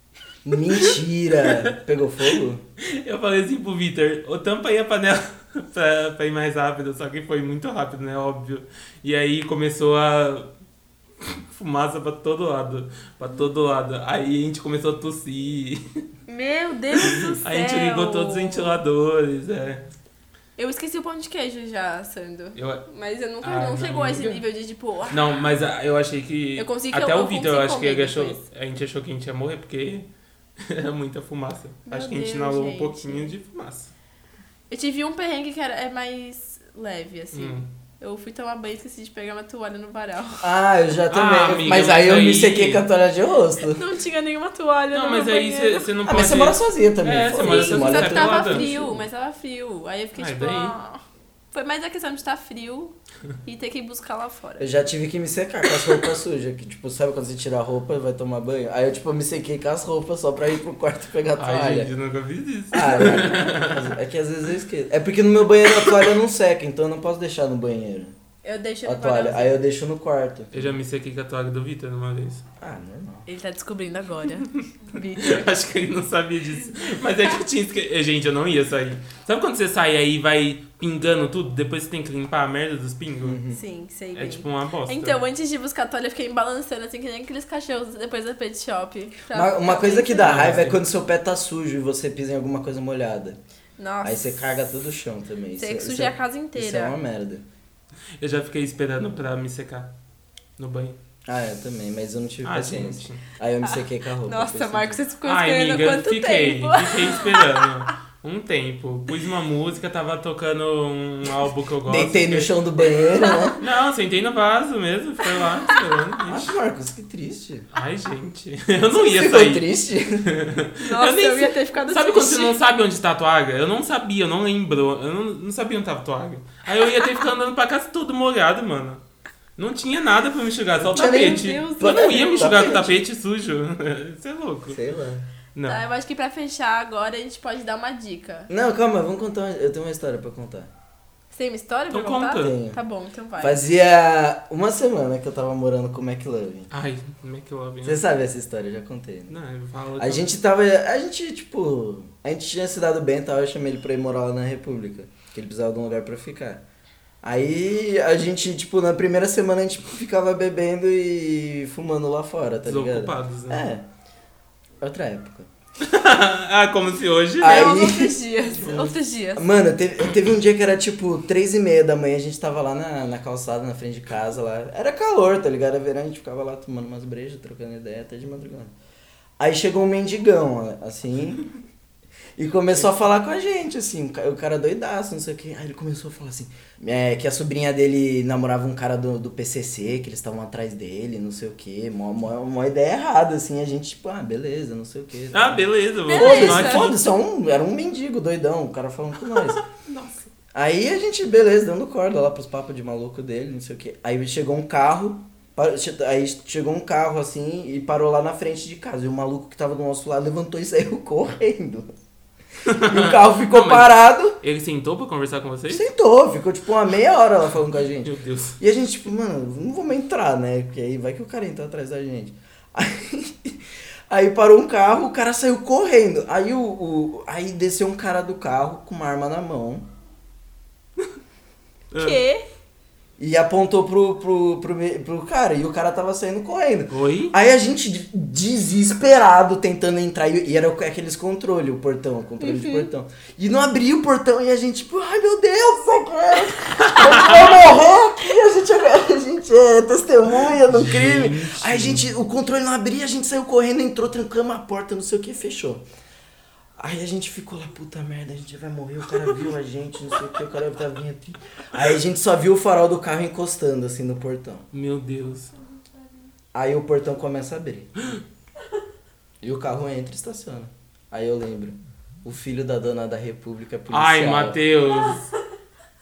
Speaker 2: Mentira! Pegou fogo?
Speaker 1: Eu falei assim pro Vitor, eu tampei a panela pra, pra ir mais rápido, só que foi muito rápido, né? Óbvio. E aí começou a fumaça pra todo lado. Pra todo lado. Aí a gente começou a tossir.
Speaker 3: Meu Deus do céu!
Speaker 1: A gente ligou todos os ventiladores, é.
Speaker 3: Eu esqueci o pão de queijo já, Sandro.
Speaker 1: Eu,
Speaker 3: Mas eu nunca,
Speaker 1: Ah,
Speaker 3: não,
Speaker 1: não,
Speaker 3: chegou a esse
Speaker 1: nunca.
Speaker 3: nível de tipo... ah,
Speaker 1: Não, mas ah, eu achei que.
Speaker 3: Eu consegui-
Speaker 1: Até
Speaker 3: eu- eu
Speaker 1: o Vitor, eu acho que
Speaker 3: consegui
Speaker 1: ele
Speaker 3: comer
Speaker 1: achou.
Speaker 3: depois.
Speaker 1: A gente achou que a gente ia morrer, porque era muita fumaça.
Speaker 3: Meu
Speaker 1: acho que a gente
Speaker 3: Deus,
Speaker 1: inalou um
Speaker 3: gente.
Speaker 1: pouquinho de fumaça.
Speaker 3: Eu tive um perrengue que era, é mais leve, assim.
Speaker 1: Hum.
Speaker 3: Eu fui tomar banho e esqueci de pegar uma toalha no varal.
Speaker 2: Ah, eu já também.
Speaker 1: amiga,
Speaker 2: mas
Speaker 1: mas
Speaker 2: aí eu me
Speaker 1: aí-
Speaker 2: sequei com a toalha de rosto.
Speaker 3: Não tinha nenhuma toalha
Speaker 1: Não,
Speaker 3: no
Speaker 1: mas
Speaker 3: é meu
Speaker 1: aí
Speaker 3: banheiro.
Speaker 1: você não
Speaker 2: Ah,
Speaker 1: pode.
Speaker 2: mas você mora sozinha também.
Speaker 1: É, você
Speaker 2: foda-se,
Speaker 1: mora
Speaker 3: Sim,
Speaker 1: sozinha,
Speaker 3: só
Speaker 1: mora
Speaker 3: que tava
Speaker 1: pelada.
Speaker 3: frio, mas tava frio. Aí eu fiquei
Speaker 1: Ah, e
Speaker 3: tipo...
Speaker 1: daí?
Speaker 3: ah, Foi mais a questão de estar frio e ter que ir buscar lá fora.
Speaker 2: Eu já tive que me secar com as roupas sujas. Que, tipo, sabe quando você tira a roupa e vai tomar banho? Aí eu, tipo, me sequei com as roupas só pra ir pro quarto pegar a
Speaker 1: Ai,
Speaker 2: toalha.
Speaker 1: gente, eu nunca fiz isso.
Speaker 2: Ah, não. é que às vezes eu esqueço. É porque no meu banheiro a toalha não seca, então eu não posso deixar no banheiro
Speaker 3: Eu deixei
Speaker 2: a
Speaker 3: no
Speaker 2: toalha.
Speaker 3: varal.
Speaker 2: Aí eu deixo no quarto.
Speaker 1: Eu já me sequei com a toalha do Vitor uma vez.
Speaker 2: Ah, normal.
Speaker 3: Ele tá descobrindo agora. Vitor.
Speaker 1: Acho que ele não sabia disso. Mas é que eu tinha esquecido. Gente, eu não ia sair. Sabe quando você sai aí e vai pingando tudo? Depois você tem que limpar a merda dos pingos?
Speaker 2: Uhum.
Speaker 3: Sim, sei bem.
Speaker 1: É tipo uma bosta.
Speaker 3: Então, antes de buscar a toalha, eu fiquei me balançando, assim, que nem aqueles cachorros depois da pet shop. pra-
Speaker 2: Uma, uma coisa que dá
Speaker 1: Não,
Speaker 2: raiva é
Speaker 1: sim.
Speaker 2: quando seu pé tá sujo e você pisa em alguma coisa molhada.
Speaker 3: Nossa.
Speaker 2: Aí você carga todo o chão também.
Speaker 3: Você tem que
Speaker 2: Isso-
Speaker 3: sujar a
Speaker 2: isso
Speaker 3: casa
Speaker 2: é- Isso é uma
Speaker 3: inteira.
Speaker 2: merda.
Speaker 1: Eu já fiquei esperando pra me secar no banho.
Speaker 2: Ah, eu também, mas eu não tive
Speaker 1: Ah,
Speaker 2: paciência.
Speaker 1: gente.
Speaker 2: Aí eu me sequei com a roupa.
Speaker 3: Nossa, Marcos, você ficou
Speaker 1: Ai,
Speaker 3: esperando
Speaker 1: amiga,
Speaker 3: quanto
Speaker 1: fiquei,
Speaker 3: tempo?
Speaker 1: fiquei esperando um tempo. Pus uma música, tava tocando um álbum que eu gosto.
Speaker 2: Deitei no
Speaker 1: que-
Speaker 2: chão do banheiro, né?
Speaker 1: Não, sentei no vaso mesmo, fiquei lá esperando. Ixi.
Speaker 2: Nossa, Marcos, que triste.
Speaker 1: Ai, gente, eu não ia
Speaker 2: Ficou
Speaker 1: sair.
Speaker 2: triste?
Speaker 3: Nossa,
Speaker 1: Eu nem
Speaker 3: eu,
Speaker 1: sei-
Speaker 3: ia ter ficado assim.
Speaker 1: Sabe quando
Speaker 3: triste.
Speaker 1: você não sabe onde tá a toalha? Eu não sabia, eu não lembro. Eu não, não sabia onde tava a toalha. Aí eu ia ter que ficar andando pra casa todo molhado, mano. Não tinha nada pra me enxugar, só o
Speaker 2: Não tinha nem- né?
Speaker 1: tapete.
Speaker 3: Meu Deus,
Speaker 1: eu não ia me enxugar com o
Speaker 2: tapete.
Speaker 1: tapete sujo. Você é louco.
Speaker 2: Sei lá.
Speaker 1: Não.
Speaker 3: Tá, eu acho que pra fechar agora, a gente pode dar uma dica.
Speaker 2: Não, calma, vamos contar. uma- Eu tenho uma história pra contar.
Speaker 3: Você tem uma história pra
Speaker 1: Então
Speaker 3: contar?
Speaker 1: conta.
Speaker 2: Tenho.
Speaker 3: Tá bom, então vai.
Speaker 2: Fazia uma semana que eu tava morando com o McLovin.
Speaker 1: Ai, como é que eu abri?
Speaker 2: Você sabe essa história, eu já contei, né?
Speaker 1: Não, eu falo
Speaker 2: A
Speaker 1: que-
Speaker 2: gente tava. A gente, tipo. A gente tinha se dado bem e tal. Eu chamei ele pra ir morar lá na República. Que ele precisava de um lugar pra ficar. Aí a gente, tipo, na primeira semana a gente tipo, ficava bebendo e fumando lá fora, tá ligado?
Speaker 1: Desocupados, né?
Speaker 2: É. Outra época.
Speaker 1: ah, como se hoje.
Speaker 2: Ah,
Speaker 1: né?
Speaker 2: aí-
Speaker 3: Não, outros dias. Outros dias.
Speaker 2: Mano, teve, teve um dia que era tipo três e meia da manhã, a gente tava lá na, na calçada, na frente de casa lá. Era calor, tá ligado? Era verão, a gente ficava lá tomando umas brejas, trocando ideia até de madrugada. Aí chegou um mendigão, assim, e começou a falar com a gente, assim, o ca- o cara doidaço, não sei o que. Aí ele começou a falar assim, é, que a sobrinha dele namorava um cara do, do PCC, que eles estavam atrás dele, não sei o que. Mó, mó, mó ideia errada, assim, a gente tipo, ah, beleza, não sei o que.
Speaker 1: Ah, beleza, vou continuar
Speaker 2: Foda-se,
Speaker 1: aqui.
Speaker 2: foda-se, é um- era um mendigo doidão, o cara falando com nós. Aí a gente, beleza, dando corda lá pros papos de maluco dele, não sei o que. Aí chegou um carro, parou- che- aí chegou um carro assim e parou lá na frente de casa. E o maluco que tava do nosso lado levantou e saiu correndo. E o carro ficou
Speaker 1: Não, mas-
Speaker 2: parado,
Speaker 1: Ele sentou pra conversar com vocês?
Speaker 2: sentou, ficou tipo uma meia hora lá falando com a gente.
Speaker 1: Meu Deus.
Speaker 2: E a gente, tipo, mano, não vamos entrar, né? Porque aí vai que o cara entra atrás da gente. Aí, aí parou um carro, o cara saiu correndo. Aí, o, o- aí desceu um cara do carro com uma arma na mão
Speaker 1: Ah.
Speaker 3: Que?
Speaker 2: e apontou pro, pro, pro, me- pro cara. E o cara tava saindo correndo.
Speaker 1: Ah, Oi?
Speaker 2: Aí a gente de- desesperado tentando entrar e e era o- aqueles controle, o portão, o controle de portão. E não abria o portão e a gente tipo, ai meu Deus, socorro, eu vou morrer aqui, a gente, é- a gente é testemunha do crime.
Speaker 1: Gente.
Speaker 2: Aí a gente, o controle não abria, a gente saiu correndo, entrou, trancamos a porta, não sei o que, fechou. Aí a gente ficou lá, puta merda, a gente vai morrer, o cara viu a gente, não sei o que, o cara tá vindo aqui. Aí a gente só viu o farol do carro encostando assim no portão.
Speaker 1: Meu Deus.
Speaker 2: Aí o portão começa a abrir. e o carro entra e estaciona. Aí eu lembro. O filho da dona da república é policial.
Speaker 1: Ai, Matheus.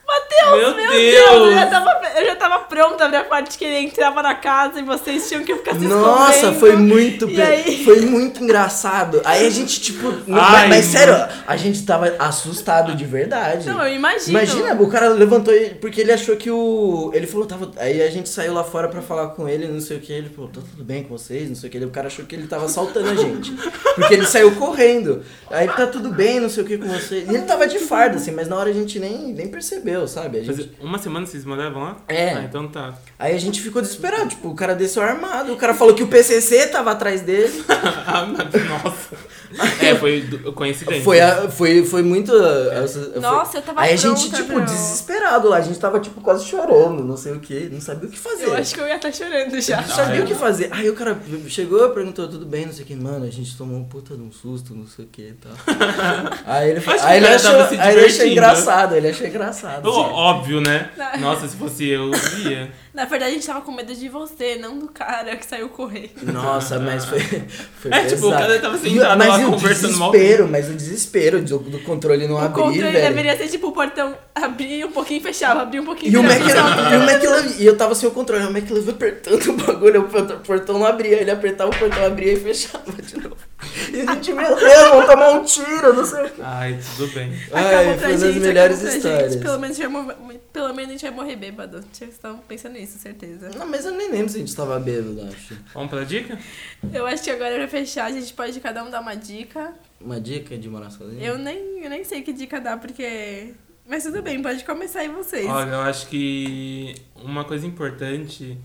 Speaker 3: Matheus,
Speaker 1: Meu,
Speaker 3: Meu Deus, é eu
Speaker 1: Deus!
Speaker 3: já, tava, eu já tava pronta pra parte que ele entrava na casa e vocês tinham que ficar tá se
Speaker 2: Nossa,
Speaker 3: escondendo.
Speaker 2: foi muito
Speaker 3: E
Speaker 2: pe-
Speaker 3: aí?
Speaker 2: foi muito engraçado. Aí a gente tipo, não-
Speaker 1: Ai,
Speaker 2: mas, mas sério, a gente tava assustado de verdade.
Speaker 3: Não, eu imagino.
Speaker 2: Imagina, o cara levantou e- porque ele achou que o ele falou tava, aí a gente saiu lá fora pra falar com ele, não sei o que, ele falou, tá tudo bem com vocês, não sei o que, o cara achou que ele tava assaltando a gente. Porque ele saiu correndo. Aí tá tudo bem, não sei o que com vocês. E ele tava de farda assim, mas na hora a gente nem nem percebeu, sabe? A gente-
Speaker 1: Mas uma semana vocês mandavam lá?
Speaker 2: É.
Speaker 1: Ah, então tá.
Speaker 2: Aí a gente ficou desesperado, tipo, o cara desceu armado, o cara falou que o PCC tava atrás dele.
Speaker 1: Ah, Nossa. É, foi do- coincidência.
Speaker 2: Foi, a- foi, foi muito... uh, essa- foi-
Speaker 3: Nossa, eu tava
Speaker 2: Aí a
Speaker 3: pronta
Speaker 2: gente, tipo,
Speaker 3: pra-
Speaker 2: desesperado lá, a gente tava, tipo, quase chorando, não sei o que, não sabia o que fazer.
Speaker 3: Eu acho que eu ia estar chorando já.
Speaker 2: Não
Speaker 1: Ah,
Speaker 2: sabia
Speaker 1: é?
Speaker 2: o que fazer. Aí o cara chegou, perguntou, tudo bem, não sei o que, mano, a gente tomou um puta de um susto, não sei o que e tal. aí ele, fa-
Speaker 1: Acho que
Speaker 2: aí,
Speaker 1: o
Speaker 2: ele
Speaker 1: cara
Speaker 2: achou,
Speaker 1: tava se
Speaker 2: aí ele achou
Speaker 1: divertindo. né?
Speaker 2: engraçado, ele achou engraçado.
Speaker 1: Ó, óbvio, né?
Speaker 3: Não.
Speaker 1: Nossa, se fosse eu, eu ia.
Speaker 3: Na verdade, a gente tava com medo de você, não do cara que saiu correndo.
Speaker 2: Nossa, mas foi. foi
Speaker 1: É, tipo, o
Speaker 2: pesado.
Speaker 1: cara tava
Speaker 2: E-
Speaker 1: sentado
Speaker 2: mas
Speaker 1: lá
Speaker 2: e o
Speaker 1: conversando mal.
Speaker 2: desespero, Mas o desespero do, do controle não
Speaker 3: o
Speaker 2: abrir,
Speaker 3: controle
Speaker 2: velho.
Speaker 3: deveria ser tipo o portão abria um pouquinho e fechava, abria um pouquinho
Speaker 2: E o,
Speaker 3: fechava.
Speaker 2: Mac, e o McLovin, e eu tava sem o controle, o McLovin apertando o bagulho, o port- o portão não abria, ele apertava o portão, abria e fechava de novo. E a gente, meu Deus, vamos tomar um tiro, não sei o que.
Speaker 1: Ai, tudo bem.
Speaker 3: Acabou
Speaker 2: Ai,
Speaker 3: pra
Speaker 2: foi uma das
Speaker 3: gente,
Speaker 2: melhores
Speaker 3: acabou pra
Speaker 2: histórias.
Speaker 3: Gente. Pelo, menos a gente vai morrer, pelo menos a gente vai morrer bêbado. Vocês estão pensando nisso, certeza.
Speaker 2: Não, mas eu nem lembro se a gente tava bêbado, acho.
Speaker 1: Vamos pela dica?
Speaker 3: Eu acho que agora pra fechar, a gente pode cada um dar uma dica.
Speaker 2: Uma dica de morar sozinho?
Speaker 3: Eu nem, eu nem sei que dica dar, porque. Mas tudo bem, pode começar aí vocês.
Speaker 1: Olha, eu acho que uma coisa importante,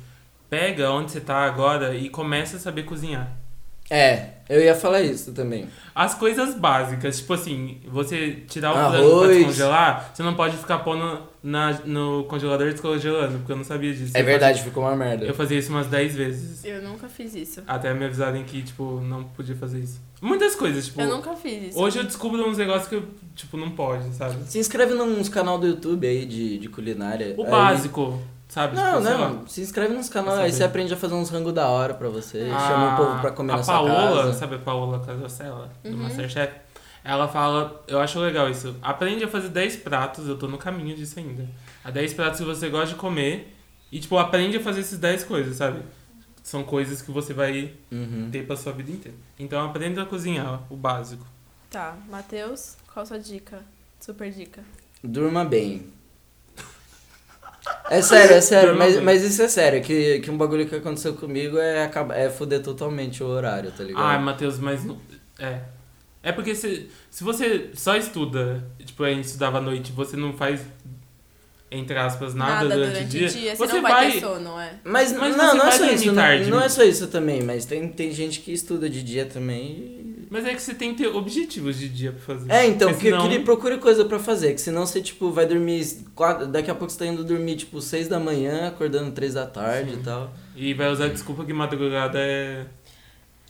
Speaker 1: pega onde você tá agora e começa a saber cozinhar.
Speaker 2: É, eu ia falar isso também.
Speaker 1: As coisas básicas, tipo assim, você tirar o
Speaker 2: Arroz.
Speaker 1: frango pra descongelar, você não pode ficar pondo na, no congelador descongelando, porque eu não sabia disso.
Speaker 2: É
Speaker 1: Eu
Speaker 2: verdade, ficou uma merda.
Speaker 1: fazia- Eu fazia isso umas 10 vezes.
Speaker 3: Eu nunca fiz isso.
Speaker 1: Até me avisarem que, tipo, não podia fazer isso. Muitas coisas, tipo.
Speaker 3: Eu nunca fiz isso.
Speaker 1: Hoje eu descubro uns negócios que eu, tipo, não pode, sabe?
Speaker 2: Se inscreve nos canal do YouTube aí de, de culinária.
Speaker 1: O
Speaker 2: Aí-
Speaker 1: básico, sabe?
Speaker 2: É, Não,
Speaker 1: tipo, sei lá.
Speaker 2: não. Se inscreve nos canais,
Speaker 1: Essa
Speaker 2: aí você
Speaker 1: vez.
Speaker 2: aprende a fazer uns rango da hora pra você.
Speaker 1: A-
Speaker 2: Chama o povo pra comer
Speaker 1: a
Speaker 2: na sua
Speaker 1: Paola,
Speaker 2: casa.
Speaker 1: sabe a Paola Casacella, do
Speaker 3: Uhum.
Speaker 1: Masterchef? Ela fala, eu acho legal isso, aprende a fazer 10 pratos, eu tô no caminho disso ainda. A 10 pratos que você gosta de comer e, tipo, aprende a fazer essas 10 coisas, sabe? São coisas que você vai
Speaker 2: Uhum.
Speaker 1: ter pra sua vida inteira. Então aprenda a cozinhar, o básico.
Speaker 3: Tá, Matheus, qual a sua dica? Super dica.
Speaker 2: Durma bem. É sério, é sério,
Speaker 1: Durma
Speaker 2: mas,
Speaker 1: bem.
Speaker 2: mas isso é sério, que, que um bagulho que aconteceu comigo é, acaba- é foder totalmente o horário, tá ligado?
Speaker 1: Ai, Matheus, mas não... É. É porque se, se você só estuda, tipo, a gente estudava à noite, você não faz, entre aspas, nada, durante, o dia,
Speaker 3: você, não vai, ter sono, é.
Speaker 2: Mas,
Speaker 1: Mas
Speaker 2: não,
Speaker 1: você
Speaker 2: não é
Speaker 1: vai
Speaker 2: só
Speaker 1: dormir
Speaker 2: isso, não-
Speaker 1: tarde.
Speaker 2: não é só isso também, mas tem, tem gente que estuda de dia também e...
Speaker 1: Mas é que você tem que ter objetivos de dia pra fazer.
Speaker 2: É, então,
Speaker 1: Porque
Speaker 2: que,
Speaker 1: senão-
Speaker 2: que ele procure coisa pra fazer, que senão você, tipo, vai dormir, quatro- daqui a pouco você tá indo dormir, tipo, seis da manhã, acordando três da tarde
Speaker 1: Sim.
Speaker 2: e tal.
Speaker 1: E vai usar a desculpa que madrugada é.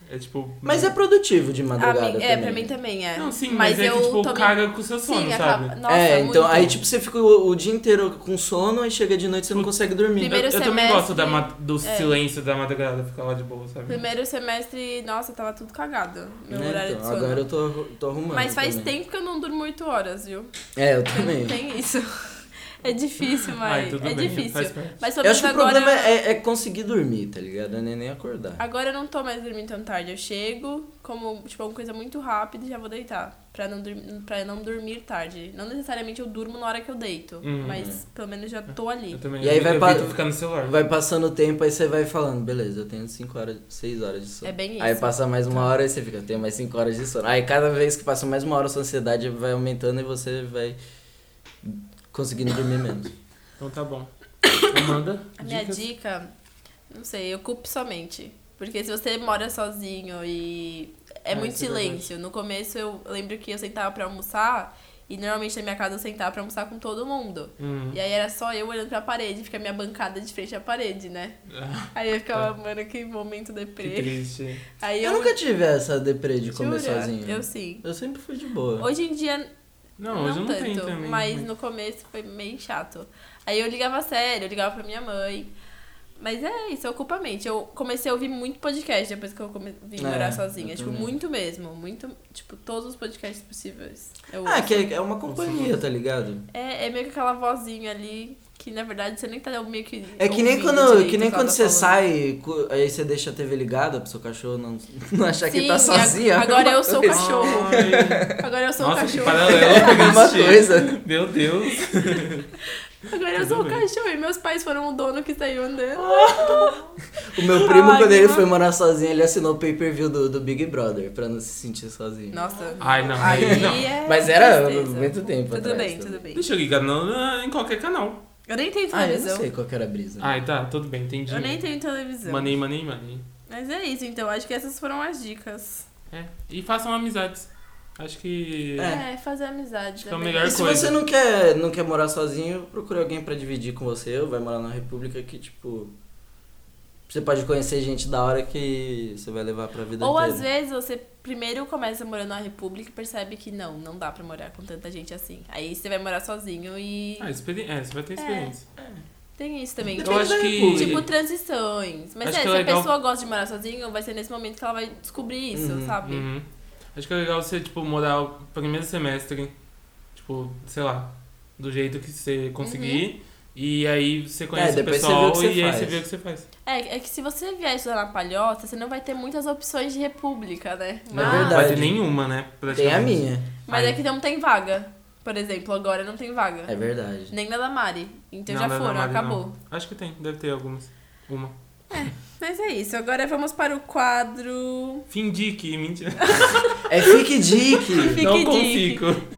Speaker 1: É tipo.
Speaker 2: Mas é produtivo de madrugada
Speaker 3: Ah, mi-
Speaker 2: também.
Speaker 3: é, pra mim também é.
Speaker 1: Não, sim, mas, é
Speaker 3: eu
Speaker 1: que tipo,
Speaker 3: tomei-
Speaker 1: caga com o seu sono,
Speaker 3: Sim,
Speaker 1: sabe?
Speaker 3: acaba- Nossa,
Speaker 2: é, então,
Speaker 3: muito.
Speaker 2: aí, tipo, você fica o, o dia inteiro com sono, aí chega de noite você não consegue dormir. né?
Speaker 1: Eu,
Speaker 3: Primeiro
Speaker 1: eu também
Speaker 3: semestre-
Speaker 1: gosto da ma- do
Speaker 3: é.
Speaker 1: silêncio da madrugada, ficar lá de boa, sabe?
Speaker 3: Primeiro semestre, nossa, tava tudo cagado. Meu
Speaker 2: Né,
Speaker 3: horário
Speaker 2: então,
Speaker 3: de sono.
Speaker 2: agora eu tô, tô arrumando.
Speaker 3: Mas faz
Speaker 2: também.
Speaker 3: tempo que eu não durmo 8 horas, viu?
Speaker 2: É, eu
Speaker 3: Tem,
Speaker 2: também.
Speaker 3: tem isso. É difícil, mas.
Speaker 1: Ai, tudo
Speaker 3: é
Speaker 1: bem,
Speaker 3: difícil.
Speaker 1: faz parte.
Speaker 3: Mas pelo
Speaker 2: Eu
Speaker 3: menos
Speaker 2: acho que o
Speaker 3: agora.
Speaker 2: problema é, é conseguir dormir, tá ligado? Nem nem acordar.
Speaker 3: Agora eu não tô mais dormindo tão tarde. Eu chego, como tipo, uma coisa muito rápida e já vou deitar. Pra não, dormir, pra não dormir tarde. Não necessariamente eu durmo na hora que eu deito.
Speaker 1: Hum.
Speaker 3: Mas pelo menos já tô
Speaker 1: Eu
Speaker 3: ali.
Speaker 1: também.
Speaker 2: E aí
Speaker 1: eu
Speaker 2: vai
Speaker 1: evito
Speaker 2: pra-
Speaker 1: ficar no celular.
Speaker 2: Vai passando o tempo, aí você vai falando, beleza, eu tenho 5 horas, 6 horas de sono.
Speaker 3: É bem isso.
Speaker 2: Aí passa mais uma hora e você fica, eu tenho mais 5 horas de sono. Aí cada vez que passa mais uma hora, sua ansiedade vai aumentando e você vai conseguindo dormir menos.
Speaker 1: Então tá bom. Amanda,
Speaker 3: A minha
Speaker 1: dicas?
Speaker 3: dica, não sei, ocupe sua mente. Porque se você mora sozinho e é
Speaker 1: Ah,
Speaker 3: muito
Speaker 1: isso é verdade.
Speaker 3: silêncio. No começo eu lembro que eu sentava pra almoçar e normalmente na minha casa eu sentava pra almoçar com todo mundo.
Speaker 1: Hum.
Speaker 3: E aí era só eu olhando pra parede, fica a minha bancada de frente à parede, né? Aí eu ficava, mano, que momento
Speaker 1: Ah, É. Que
Speaker 3: deprê.
Speaker 1: triste.
Speaker 3: Aí
Speaker 2: Eu, nunca tive essa deprê de comer
Speaker 3: Jura?
Speaker 2: sozinho.
Speaker 3: Eu sim.
Speaker 2: Eu sempre fui de boa.
Speaker 3: Hoje em dia
Speaker 1: Não, hoje eu não
Speaker 3: tanto,
Speaker 1: tenho também.
Speaker 3: mas no começo foi meio chato. Aí eu ligava sério, eu ligava pra minha mãe. Mas é isso, ocupa a mente. Eu comecei a ouvir muito podcast depois que eu come... vim
Speaker 2: É,
Speaker 3: morar sozinha.
Speaker 2: eu
Speaker 3: Tipo,
Speaker 2: também.
Speaker 3: muito mesmo. Muito, tipo, todos os podcasts possíveis. Eu
Speaker 2: Ah,
Speaker 3: ouço.
Speaker 2: que é é uma companhia, tá ligado?
Speaker 3: é, é meio que aquela vozinha ali que, na verdade, você nem tá meio que.
Speaker 2: É que nem
Speaker 3: ouvindo
Speaker 2: quando,
Speaker 3: direito
Speaker 2: que nem
Speaker 3: o
Speaker 2: quando
Speaker 3: ela
Speaker 2: você
Speaker 3: tá falando.
Speaker 2: sai, cu- aí você deixa a TV ligada pro seu cachorro não, não achar que
Speaker 3: Sim,
Speaker 2: ele tá
Speaker 3: e
Speaker 2: sozinho. é a
Speaker 3: agora
Speaker 2: mesma
Speaker 3: eu sou o
Speaker 2: coisa.
Speaker 3: cachorro.
Speaker 1: Ai,
Speaker 3: Agora eu sou
Speaker 1: Nossa,
Speaker 3: o
Speaker 1: que
Speaker 3: cachorro.
Speaker 1: paralelo.
Speaker 2: A mesma
Speaker 1: Gente.
Speaker 2: coisa.
Speaker 1: Meu Deus.
Speaker 3: Agora eu
Speaker 1: Tudo
Speaker 3: sou o
Speaker 1: bem.
Speaker 3: cachorro. E meus pais foram o dono que saiu andando.
Speaker 2: O meu primo,
Speaker 3: Ai,
Speaker 2: quando
Speaker 3: que
Speaker 2: ele
Speaker 3: ma-
Speaker 2: foi morar sozinho, ele assinou o pay-per-view do, do Big Brother, pra não se sentir sozinho.
Speaker 3: Nossa.
Speaker 1: Ai, não.
Speaker 3: Aí
Speaker 1: não.
Speaker 3: é
Speaker 2: Mas era
Speaker 3: tristeza.
Speaker 2: muito tempo
Speaker 3: Tudo
Speaker 2: atrás,
Speaker 3: bem,
Speaker 2: tudo
Speaker 3: tudo bem.
Speaker 1: Deixa eu ligar no- na- em qualquer canal.
Speaker 3: Eu nem tenho
Speaker 2: Ah, eu não
Speaker 3: televisão.
Speaker 2: sei qual que era a brisa.
Speaker 1: Ai, tá, tudo bem, entendi.
Speaker 3: eu nem tenho televisão.
Speaker 1: Money, money, money.
Speaker 3: Mas é isso, então. Acho que essas foram as dicas.
Speaker 1: É. E façam amizades. Acho que.
Speaker 2: É.
Speaker 3: É, fazer amizade.
Speaker 1: Acho que é o
Speaker 3: também.
Speaker 1: melhor
Speaker 2: E se
Speaker 1: coisa.
Speaker 2: você não quer, não quer morar sozinho, procure alguém pra dividir com você, ou vai morar na república que, tipo, você pode conhecer gente da hora que você vai levar pra vida
Speaker 3: Ou
Speaker 2: inteira.
Speaker 3: às vezes você primeiro começa morando na república e percebe que não, não dá pra morar com tanta gente assim. Aí você vai morar sozinho e
Speaker 1: Ah, experi... é, você vai ter experiência.
Speaker 3: tem isso também.
Speaker 1: Eu acho que.
Speaker 3: Tipo transições. Mas
Speaker 1: Acho que
Speaker 3: é, se
Speaker 1: é
Speaker 3: a
Speaker 1: legal-
Speaker 3: pessoa gosta de morar sozinha, vai ser nesse momento que ela vai descobrir isso,
Speaker 2: Uhum,
Speaker 3: sabe?
Speaker 1: Uhum. Acho que é legal você, tipo, morar o primeiro semestre, tipo, sei lá, do jeito que você conseguir.
Speaker 3: Uhum.
Speaker 1: E aí você conhece o
Speaker 2: É, depois você vê o
Speaker 1: pessoal
Speaker 2: que você
Speaker 1: e aí
Speaker 2: faz.
Speaker 1: você vê o que você faz.
Speaker 3: É, é que se você vier estudar na palhoça, você não vai ter muitas opções de república, né?
Speaker 2: Na
Speaker 1: Não
Speaker 3: Mas,
Speaker 1: vai ter
Speaker 2: É verdade.
Speaker 1: nenhuma, né?
Speaker 2: Tem a
Speaker 1: praticamente.
Speaker 2: minha.
Speaker 3: mas
Speaker 1: Ai.
Speaker 3: é que não tem vaga. Por exemplo, agora não tem vaga.
Speaker 2: É verdade.
Speaker 3: Nem na da Mari. Então
Speaker 1: Não,
Speaker 3: já
Speaker 1: da- da
Speaker 3: foram,
Speaker 1: Mari, não.
Speaker 3: acabou.
Speaker 1: Acho que tem, deve ter algumas. Uma.
Speaker 3: Mas é isso. Agora vamos para o quadro.
Speaker 1: Findique, mentira.
Speaker 2: É fique dique.
Speaker 3: Fique
Speaker 1: Não
Speaker 3: dique.
Speaker 1: consigo.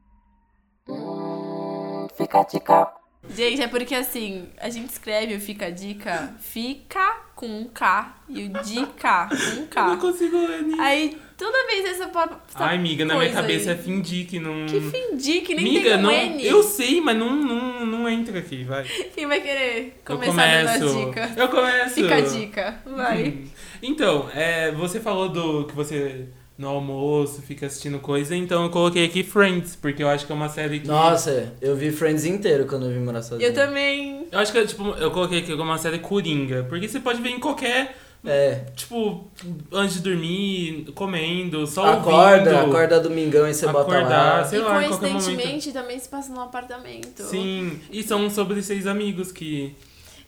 Speaker 4: Fica a dica.
Speaker 3: Gente, é porque assim, a gente escreve o Fica a Dica, fica com um K e o Dica com um
Speaker 1: Eu não
Speaker 3: K.
Speaker 1: consigo ler nem.
Speaker 3: Aí toda vez essa. pa- essa
Speaker 1: Ai, amiga, na minha
Speaker 3: coisa
Speaker 1: cabeça
Speaker 3: aí.
Speaker 1: é findique, não.
Speaker 3: Que fingi que nem
Speaker 1: Amiga,
Speaker 3: tem um
Speaker 1: não,
Speaker 3: N.
Speaker 1: eu sei, mas não, não, não entra aqui, vai.
Speaker 3: Quem vai querer
Speaker 1: Eu
Speaker 3: começar dando
Speaker 1: começo.
Speaker 3: a dica?
Speaker 1: Eu começo.
Speaker 3: Fica a dica, vai.
Speaker 1: Hum. Então, é, você falou do que você no almoço fica assistindo coisa, então eu coloquei aqui Friends, porque eu acho que é uma série que.
Speaker 2: Nossa, eu vi Friends inteiro quando eu vim morar sozinho.
Speaker 3: Eu também.
Speaker 1: Eu acho que é, tipo, eu coloquei aqui como uma série coringa, porque você pode ver em qualquer,
Speaker 2: É.
Speaker 1: tipo, antes de dormir, comendo, só
Speaker 2: acorda,
Speaker 1: Tá ouvindo.
Speaker 2: acorda domingão e você bota
Speaker 1: Acordar,
Speaker 2: lá.
Speaker 1: Sei
Speaker 3: e
Speaker 1: lá, em qualquer
Speaker 3: coincidentemente também se passa num apartamento.
Speaker 1: Sim, e são sobre seis amigos que.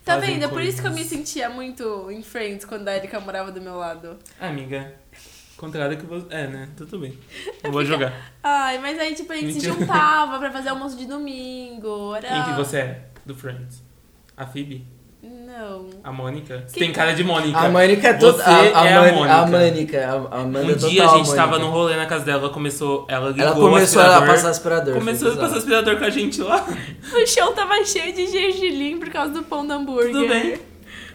Speaker 3: Tá
Speaker 1: fazem
Speaker 3: vendo? É Por isso que eu me
Speaker 1: coisas.
Speaker 3: sentia muito em Friends quando a Erika morava do meu lado.
Speaker 1: Amiga, contrário que você. É, né? Tudo bem. Eu vou jogar.
Speaker 3: Ai, mas aí, tipo, a gente
Speaker 1: Mentira.
Speaker 3: se juntava pra fazer almoço de domingo. Era...
Speaker 1: Quem que você é do Friends? A Phoebe?
Speaker 3: Não.
Speaker 1: A Mônica? Você
Speaker 3: Quem-
Speaker 1: tem cara de Mônica.
Speaker 2: A Mônica é
Speaker 1: Você
Speaker 2: toda. A, a,
Speaker 1: é a
Speaker 2: Mani-
Speaker 1: Mônica.
Speaker 2: a Mônica. A, a Amanda é
Speaker 1: Um dia a
Speaker 2: total
Speaker 1: gente tava
Speaker 2: Mônica.
Speaker 1: num rolê na casa dela, ela começou. Ela ligou
Speaker 2: Ela
Speaker 1: o
Speaker 2: começou a
Speaker 1: aspirador,
Speaker 2: passar aspirador.
Speaker 1: Começou a
Speaker 2: foi
Speaker 1: passar
Speaker 2: bizarro.
Speaker 1: aspirador com a gente lá.
Speaker 3: O chão tava cheio de gergelim por causa do pão do hambúrguer.
Speaker 1: Tudo bem.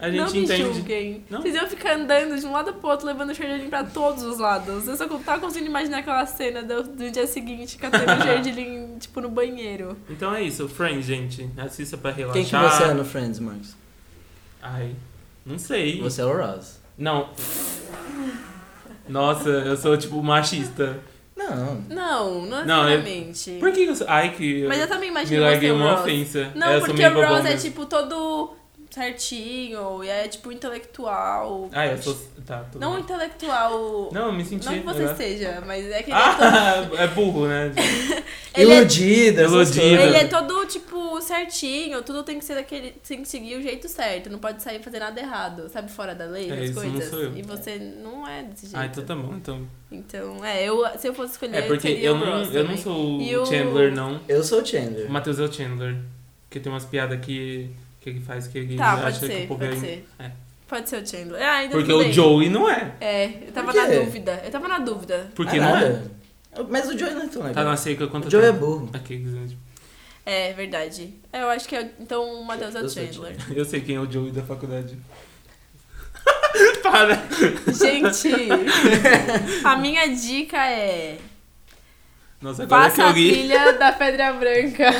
Speaker 1: A gente
Speaker 3: Não me
Speaker 1: entende.
Speaker 3: julguem.
Speaker 1: Não?
Speaker 3: Vocês iam ficar andando de um lado pro outro, levando o gergelim pra todos os lados. Eu só tava conseguindo imaginar aquela cena do, do dia seguinte, catando o gergelim, tipo, no banheiro.
Speaker 1: Então é isso, Friends, gente. Assista pra relaxar.
Speaker 2: Quem que você é no Friends, Marcos?
Speaker 1: Ai, não sei.
Speaker 2: Você é o Ross.
Speaker 1: Não. Nossa, eu sou tipo machista.
Speaker 2: Não.
Speaker 3: Não, não é
Speaker 1: Não, eu-
Speaker 3: necessariamente.
Speaker 1: Por que eu sou. Ai, que.
Speaker 3: Mas eu também
Speaker 1: me
Speaker 3: imagino
Speaker 1: larguei
Speaker 3: você, o
Speaker 1: uma
Speaker 3: Ross.
Speaker 1: ofensa.
Speaker 3: Não,
Speaker 1: eu sou
Speaker 3: porque
Speaker 1: meio
Speaker 3: o
Speaker 1: bobão
Speaker 3: Ross é,
Speaker 1: mesmo.
Speaker 3: tipo, todo certinho, e é, tipo, intelectual.
Speaker 1: Ah, eu sou. Tá, tudo
Speaker 3: Não
Speaker 1: bem.
Speaker 3: intelectual...
Speaker 1: Não, eu me senti.
Speaker 3: Não que você
Speaker 1: né?
Speaker 3: seja, mas é que ele é todo...
Speaker 1: Ah, é burro, né?
Speaker 3: Ele é-
Speaker 2: Iludida, essas
Speaker 1: Iludida.
Speaker 2: coisas.
Speaker 3: Ele é todo, tipo, certinho, tudo tem que ser daquele. Tem que seguir o jeito certo, não pode sair e fazer nada errado, sabe? Fora da lei,
Speaker 1: É,
Speaker 3: as
Speaker 1: isso não
Speaker 3: coisas.
Speaker 1: sou eu.
Speaker 3: E você não é desse jeito.
Speaker 1: Ah, então tá bom, então.
Speaker 3: Então, é, eu, se eu fosse escolher.
Speaker 1: É porque
Speaker 3: seria
Speaker 1: eu
Speaker 3: o
Speaker 1: não,
Speaker 3: Ross
Speaker 1: eu não
Speaker 3: também.
Speaker 1: sou
Speaker 3: E
Speaker 1: o
Speaker 3: o-
Speaker 1: Chandler, não.
Speaker 2: Eu sou o
Speaker 1: O
Speaker 2: Chandler.
Speaker 1: Matheus é o Chandler. Porque tem umas piadas que, que ele faz que ele
Speaker 3: Tá, pode
Speaker 1: acha que
Speaker 3: ser,
Speaker 1: o povo é.
Speaker 3: pode ser.
Speaker 1: é.
Speaker 3: Pode ser o Chandler. Ah, ainda
Speaker 1: Porque
Speaker 3: tudo bem.
Speaker 1: o Joey não é.
Speaker 3: É, eu tava
Speaker 2: Por quê?
Speaker 3: na dúvida. Eu tava na dúvida.
Speaker 1: Porque
Speaker 2: Ah,
Speaker 1: não é.
Speaker 2: nada. Mas o Joey não é tão
Speaker 1: Tá
Speaker 2: legal.
Speaker 1: na seca quanto
Speaker 2: o Joey é
Speaker 1: tempo? Tá
Speaker 2: burro.
Speaker 1: Aqui, gente.
Speaker 3: É, verdade. É, Eu acho que é. Então o Matheus é o
Speaker 2: Eu sou o
Speaker 3: Chandler.
Speaker 1: eu sei quem é o Joey da faculdade. Para!
Speaker 3: Gente, a minha dica é.
Speaker 1: Nossa, agora que
Speaker 3: Passa
Speaker 1: eu
Speaker 3: a
Speaker 1: li.
Speaker 3: trilha da Pedra Branca.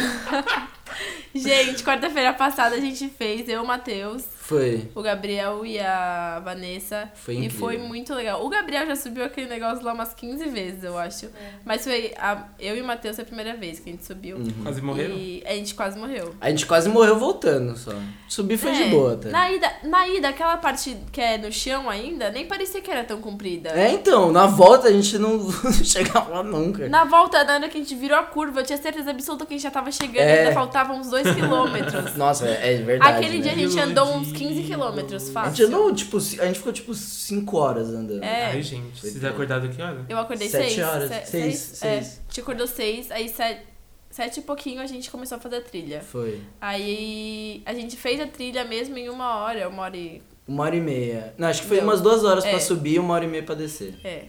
Speaker 3: gente, quarta-feira passada a gente fez, eu, o Matheus,
Speaker 2: Foi.
Speaker 3: O Gabriel e a Vanessa.
Speaker 2: Foi
Speaker 3: e
Speaker 2: incrível.
Speaker 3: foi muito legal. O Gabriel já subiu aquele negócio lá umas 15 vezes, eu acho. Mas foi a- eu e o Matheus a primeira vez que a gente subiu.
Speaker 2: Hum.
Speaker 1: Quase morreram?
Speaker 3: E a gente quase morreu.
Speaker 2: Uhum. A gente quase morreu voltando só. Subir foi
Speaker 3: É,
Speaker 2: de boa, tá?
Speaker 3: Na ida, na ida, aquela parte que é no chão ainda, nem parecia que era tão comprida.
Speaker 2: É, então, na volta a gente não chegava lá nunca.
Speaker 3: Na volta, na hora que a gente virou a curva, eu tinha certeza absoluta que a gente já tava chegando,
Speaker 2: É.
Speaker 3: ainda faltavam uns 2 quilômetros.
Speaker 2: Nossa, é é verdade.
Speaker 3: Aquele
Speaker 2: né?
Speaker 3: dia a gente
Speaker 1: Meu
Speaker 3: andou uns
Speaker 1: Deus.
Speaker 3: 15 quilômetros,
Speaker 2: A
Speaker 3: fácil.
Speaker 2: gente andou, tipo, ci- a gente ficou tipo 5 horas andando.
Speaker 3: É.
Speaker 1: Ai, gente,
Speaker 2: Foi
Speaker 1: vocês
Speaker 2: bem.
Speaker 1: acordaram que hora?
Speaker 3: Eu acordei
Speaker 2: Sete
Speaker 3: seis.
Speaker 2: horas.
Speaker 3: se-
Speaker 2: Seis, seis.
Speaker 3: É, a gente acordou seis, aí sete, sete e pouquinho a gente começou a fazer a trilha.
Speaker 2: Foi.
Speaker 3: Aí a gente fez a trilha mesmo em uma hora, uma hora e...
Speaker 2: Uma hora e meia. Não, acho que foi
Speaker 3: Não.
Speaker 2: umas duas horas
Speaker 3: É.
Speaker 2: pra subir e uma hora e meia pra descer.
Speaker 3: É.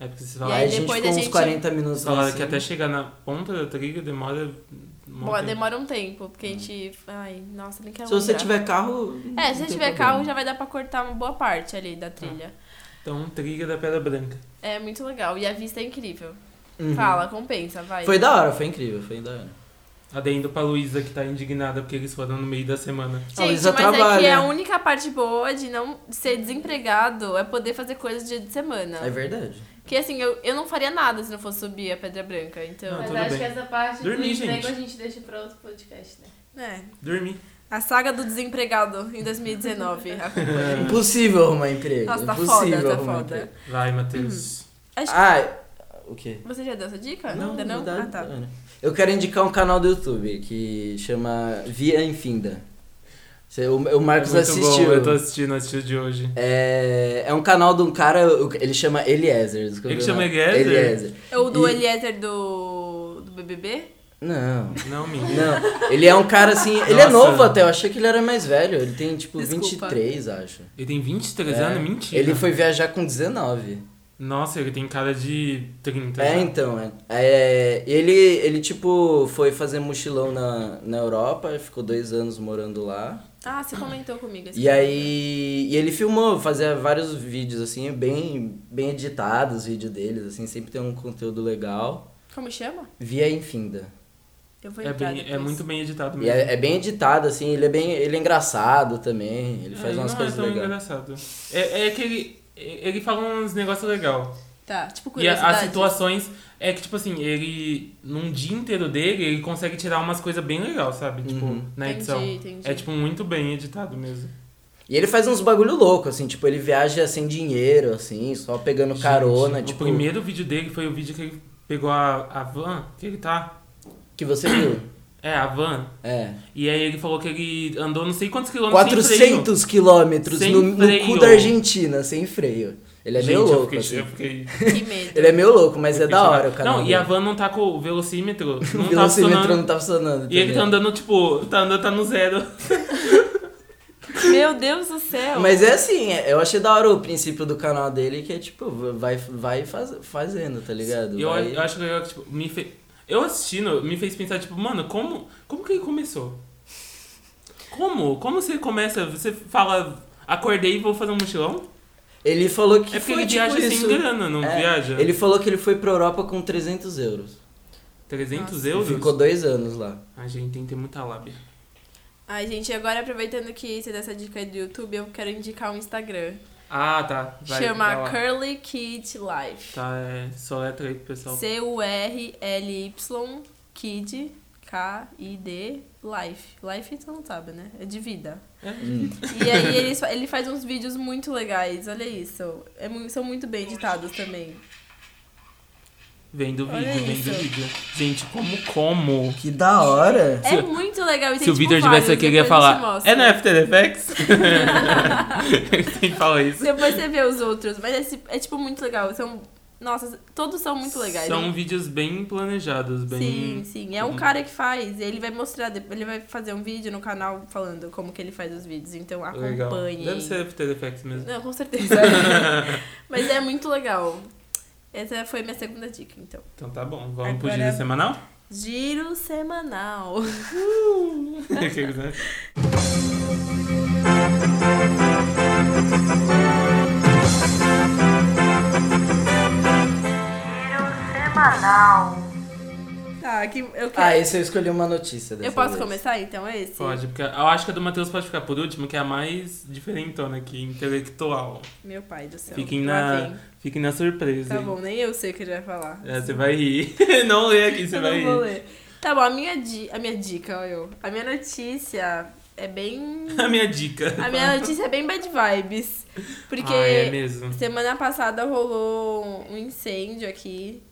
Speaker 1: É porque vocês
Speaker 3: E
Speaker 2: Aí,
Speaker 1: falaram,
Speaker 3: aí
Speaker 2: a gente
Speaker 3: depois
Speaker 2: ficou
Speaker 3: a
Speaker 2: uns
Speaker 3: gente-
Speaker 2: 40 minutos lá.
Speaker 1: falaram
Speaker 2: assim.
Speaker 1: que até chegar na ponta da trilha demora.
Speaker 3: Bom, demora um tempo, porque a gente... Ai, nossa, nem quero
Speaker 2: Se você
Speaker 3: lembrar.
Speaker 2: tiver carro.
Speaker 3: É, se
Speaker 2: não
Speaker 3: você
Speaker 2: tem
Speaker 3: tiver
Speaker 2: problema. Ah.
Speaker 3: carro, já vai dar pra cortar uma boa parte ali da trilha.
Speaker 1: Então, trilha da Pedra Branca.
Speaker 3: É muito legal. E a vista é incrível.
Speaker 2: Uhum.
Speaker 3: Fala, compensa, vai.
Speaker 2: Foi da hora, foi incrível, foi da hora.
Speaker 1: Adendo pra Luísa, que tá indignada porque eles foram no meio da semana.
Speaker 2: A
Speaker 3: Gente,
Speaker 2: Luísa
Speaker 3: mas é que
Speaker 2: trabalha.
Speaker 3: a única parte boa de não ser desempregado é poder fazer coisas dia de semana.
Speaker 2: É verdade.
Speaker 3: Porque assim, eu, eu não faria nada se não fosse subir a Pedra Branca, então.
Speaker 1: Não,
Speaker 4: Mas
Speaker 1: tudo
Speaker 4: acho
Speaker 1: bem.
Speaker 4: que essa parte
Speaker 1: Dormi,
Speaker 4: do emprego
Speaker 1: gente.
Speaker 4: a gente deixa pra outro podcast, né?
Speaker 3: É.
Speaker 1: Dormi.
Speaker 3: A saga do desempregado em 2019.
Speaker 2: É. Impossível arrumar emprego.
Speaker 3: Nossa, tá
Speaker 2: impossível
Speaker 3: foda, tá
Speaker 2: arrumar
Speaker 3: foda.
Speaker 2: emprego.
Speaker 1: Vai,
Speaker 2: Hum.
Speaker 1: Matheus.
Speaker 3: Acho que-
Speaker 2: Ah, o quê?
Speaker 3: Você já deu essa dica? Ainda não?
Speaker 2: dá-
Speaker 3: Ah, tá.
Speaker 2: dá, né? Eu quero indicar um canal do YouTube que chama Via Infinda. Cê- O, o Marcos
Speaker 1: é muito
Speaker 2: assistiu.
Speaker 1: Bom, eu tô assistindo, assisti o de hoje.
Speaker 2: É, é um canal de um cara, o- ele chama Eliezer. descobriu
Speaker 1: Ele
Speaker 2: o
Speaker 1: chama
Speaker 2: nome.
Speaker 1: Eliezer?
Speaker 2: Eliezer.
Speaker 3: Ou do
Speaker 2: E-
Speaker 3: Eliezer do. do BBB?
Speaker 2: Não.
Speaker 1: Não, menina.
Speaker 2: Não, ele é um cara assim. Ele é
Speaker 1: Nossa.
Speaker 2: novo até, eu achei que ele era mais velho. Ele tem tipo
Speaker 3: Desculpa.
Speaker 2: 23, acho.
Speaker 1: Ele tem 23
Speaker 2: É.
Speaker 1: anos? Mentira.
Speaker 2: Ele foi viajar com 19.
Speaker 1: Nossa, ele tem cara de 30.
Speaker 2: É,
Speaker 1: já.
Speaker 2: então, é. É, ele, ele, tipo, foi fazer mochilão na, na Europa, ficou dois anos morando lá.
Speaker 3: Ah, você comentou comigo. esse
Speaker 2: E
Speaker 3: cara. é
Speaker 2: aí. E ele filmou, fazia vários vídeos, assim, bem, bem editados os vídeos deles, assim, sempre tem um conteúdo legal.
Speaker 3: Como chama?
Speaker 2: Via Infinda.
Speaker 3: Eu vou
Speaker 1: É,
Speaker 3: entrar
Speaker 1: bem- é
Speaker 3: depois.
Speaker 1: muito bem editado
Speaker 2: E
Speaker 1: mesmo.
Speaker 2: é, é bem editado, assim, ele é bem. Ele é engraçado também. Ele
Speaker 1: É,
Speaker 2: faz
Speaker 1: não
Speaker 2: umas
Speaker 1: é
Speaker 2: coisas
Speaker 1: tão
Speaker 2: legais.
Speaker 1: engraçado. É, é que ele, ele fala uns negócios legais.
Speaker 3: Tá,
Speaker 1: E
Speaker 3: tipo
Speaker 1: a-
Speaker 3: curiosidade.
Speaker 1: as situações é que, tipo assim, ele, num dia inteiro dele, ele consegue tirar umas coisas bem legais, sabe? Tipo,
Speaker 2: Uhum.
Speaker 1: na
Speaker 3: Entendi,
Speaker 1: edição.
Speaker 3: entendi.
Speaker 1: É, tipo, muito bem editado mesmo.
Speaker 2: E ele faz uns bagulho louco, assim, tipo, ele viaja sem dinheiro, assim, só pegando carona,
Speaker 1: Gente,
Speaker 2: tipo.
Speaker 1: O primeiro vídeo dele foi o vídeo que ele pegou a, a van, que ele tá.
Speaker 2: Que você viu.
Speaker 1: É, a van.
Speaker 2: É.
Speaker 1: E aí ele falou que ele andou não sei quantos quilômetros sem freio.
Speaker 2: 400 quilômetros
Speaker 1: Sem
Speaker 2: no, no cu
Speaker 1: freio.
Speaker 2: da Argentina, sem freio. Ele é
Speaker 1: Gente,
Speaker 2: meio
Speaker 1: eu
Speaker 2: louco,
Speaker 1: fiquei-
Speaker 2: assim.
Speaker 1: eu fiquei
Speaker 3: Que medo.
Speaker 2: Ele é meio louco, mas é da hora o
Speaker 1: Não,
Speaker 2: canal.
Speaker 1: e a
Speaker 2: dele.
Speaker 1: van não tá com o velocímetro. Não
Speaker 2: O
Speaker 1: tá
Speaker 2: velocímetro não
Speaker 1: funcionando.
Speaker 2: tá funcionando.
Speaker 1: E ele tá
Speaker 2: também.
Speaker 1: andando, tipo, tá andando, tá no zero.
Speaker 3: Meu Deus do céu.
Speaker 2: Mas é assim, é- eu achei da hora o princípio do canal dele, que é tipo, vai, vai faz- fazendo, tá ligado?
Speaker 1: Eu,
Speaker 2: Vai-
Speaker 1: eu acho legal que, tipo, me fez. Eu assistindo, me fez pensar, tipo, mano, como, como que ele começou? Como? Como você começa? Você fala, acordei e vou fazer um mochilão?
Speaker 2: Ele falou que
Speaker 1: É porque
Speaker 2: foi,
Speaker 1: ele
Speaker 2: tipo,
Speaker 1: viaja sem
Speaker 2: isso.
Speaker 1: grana, não
Speaker 2: É,
Speaker 1: viaja?
Speaker 2: Ele falou que ele foi pra Europa com 300 euros.
Speaker 1: 300
Speaker 3: Nossa.
Speaker 1: euros?
Speaker 2: Ficou dois anos lá.
Speaker 1: A gente tem que ter muita lábia.
Speaker 3: Ai, gente, agora aproveitando que você deu essa dica aí do YouTube, eu quero indicar um Instagram.
Speaker 1: Ah, tá. Vai, vai
Speaker 3: Chama
Speaker 1: lá.
Speaker 3: Curly Kid Life.
Speaker 1: Tá, então. é. Só letra aí pro pessoal.
Speaker 3: C-U-R-L-Y Kid K-I-D Life. Life você não sabe, né? É de vida.
Speaker 2: Hum.
Speaker 3: E aí ele, fa- ele faz uns vídeos muito legais, olha isso. É mu- são muito bem editados também.
Speaker 1: Vem do vídeo,
Speaker 3: Olha
Speaker 1: vem
Speaker 3: isso.
Speaker 1: do vídeo. Gente, como, como?
Speaker 2: Que da hora!
Speaker 3: É
Speaker 1: Se-
Speaker 3: muito legal. E tem,
Speaker 1: Se o
Speaker 3: tipo,
Speaker 1: Vitor tivesse
Speaker 3: vários,
Speaker 1: aqui, ele ia
Speaker 3: depois eu te
Speaker 1: falar.
Speaker 3: mostro.
Speaker 1: É no After Effects? Quem fala isso?
Speaker 3: Depois você vê os outros, mas esse é tipo muito legal. São. Nossa, todos são muito legais.
Speaker 1: São
Speaker 3: né?
Speaker 1: vídeos bem planejados, bem.
Speaker 3: Sim, sim. É um
Speaker 1: Uhum.
Speaker 3: cara que faz. Ele vai mostrar, de- ele vai fazer um vídeo no canal falando como que ele faz os vídeos. Então
Speaker 1: legal.
Speaker 3: acompanhe.
Speaker 1: Deve ser After Effects mesmo.
Speaker 3: Não, com certeza. Mas é muito legal. Essa foi minha segunda dica, então.
Speaker 1: Então tá bom. Vamos pro
Speaker 3: Agora- é-
Speaker 1: giro semanal?
Speaker 3: Giro semanal.
Speaker 1: Uh! Que coisa.
Speaker 3: Tá, Ah, que, eu quero.
Speaker 2: Ah, esse eu escolhi uma notícia dessa
Speaker 3: eu posso
Speaker 2: vez.
Speaker 3: começar então esse?
Speaker 1: é Pode, porque eu acho que a do Matheus pode ficar por último, que é a mais diferentona aqui, intelectual.
Speaker 3: Meu pai do céu.
Speaker 1: Fiquem
Speaker 3: Lá
Speaker 1: na,
Speaker 3: vem.
Speaker 1: fiquem na surpresa.
Speaker 3: Tá
Speaker 1: hein?
Speaker 3: bom, nem eu sei o que ele vai falar.
Speaker 1: É, você vai rir. não lê aqui, você
Speaker 3: eu
Speaker 1: vai
Speaker 3: não vou
Speaker 1: rir.
Speaker 3: ler. Tá bom, a minha, di... a minha dica, ó, eu. A minha notícia é bem.
Speaker 1: A minha dica.
Speaker 3: A minha notícia é bem bad vibes. Porque
Speaker 1: Ah, é mesmo.
Speaker 3: semana passada rolou um incêndio aqui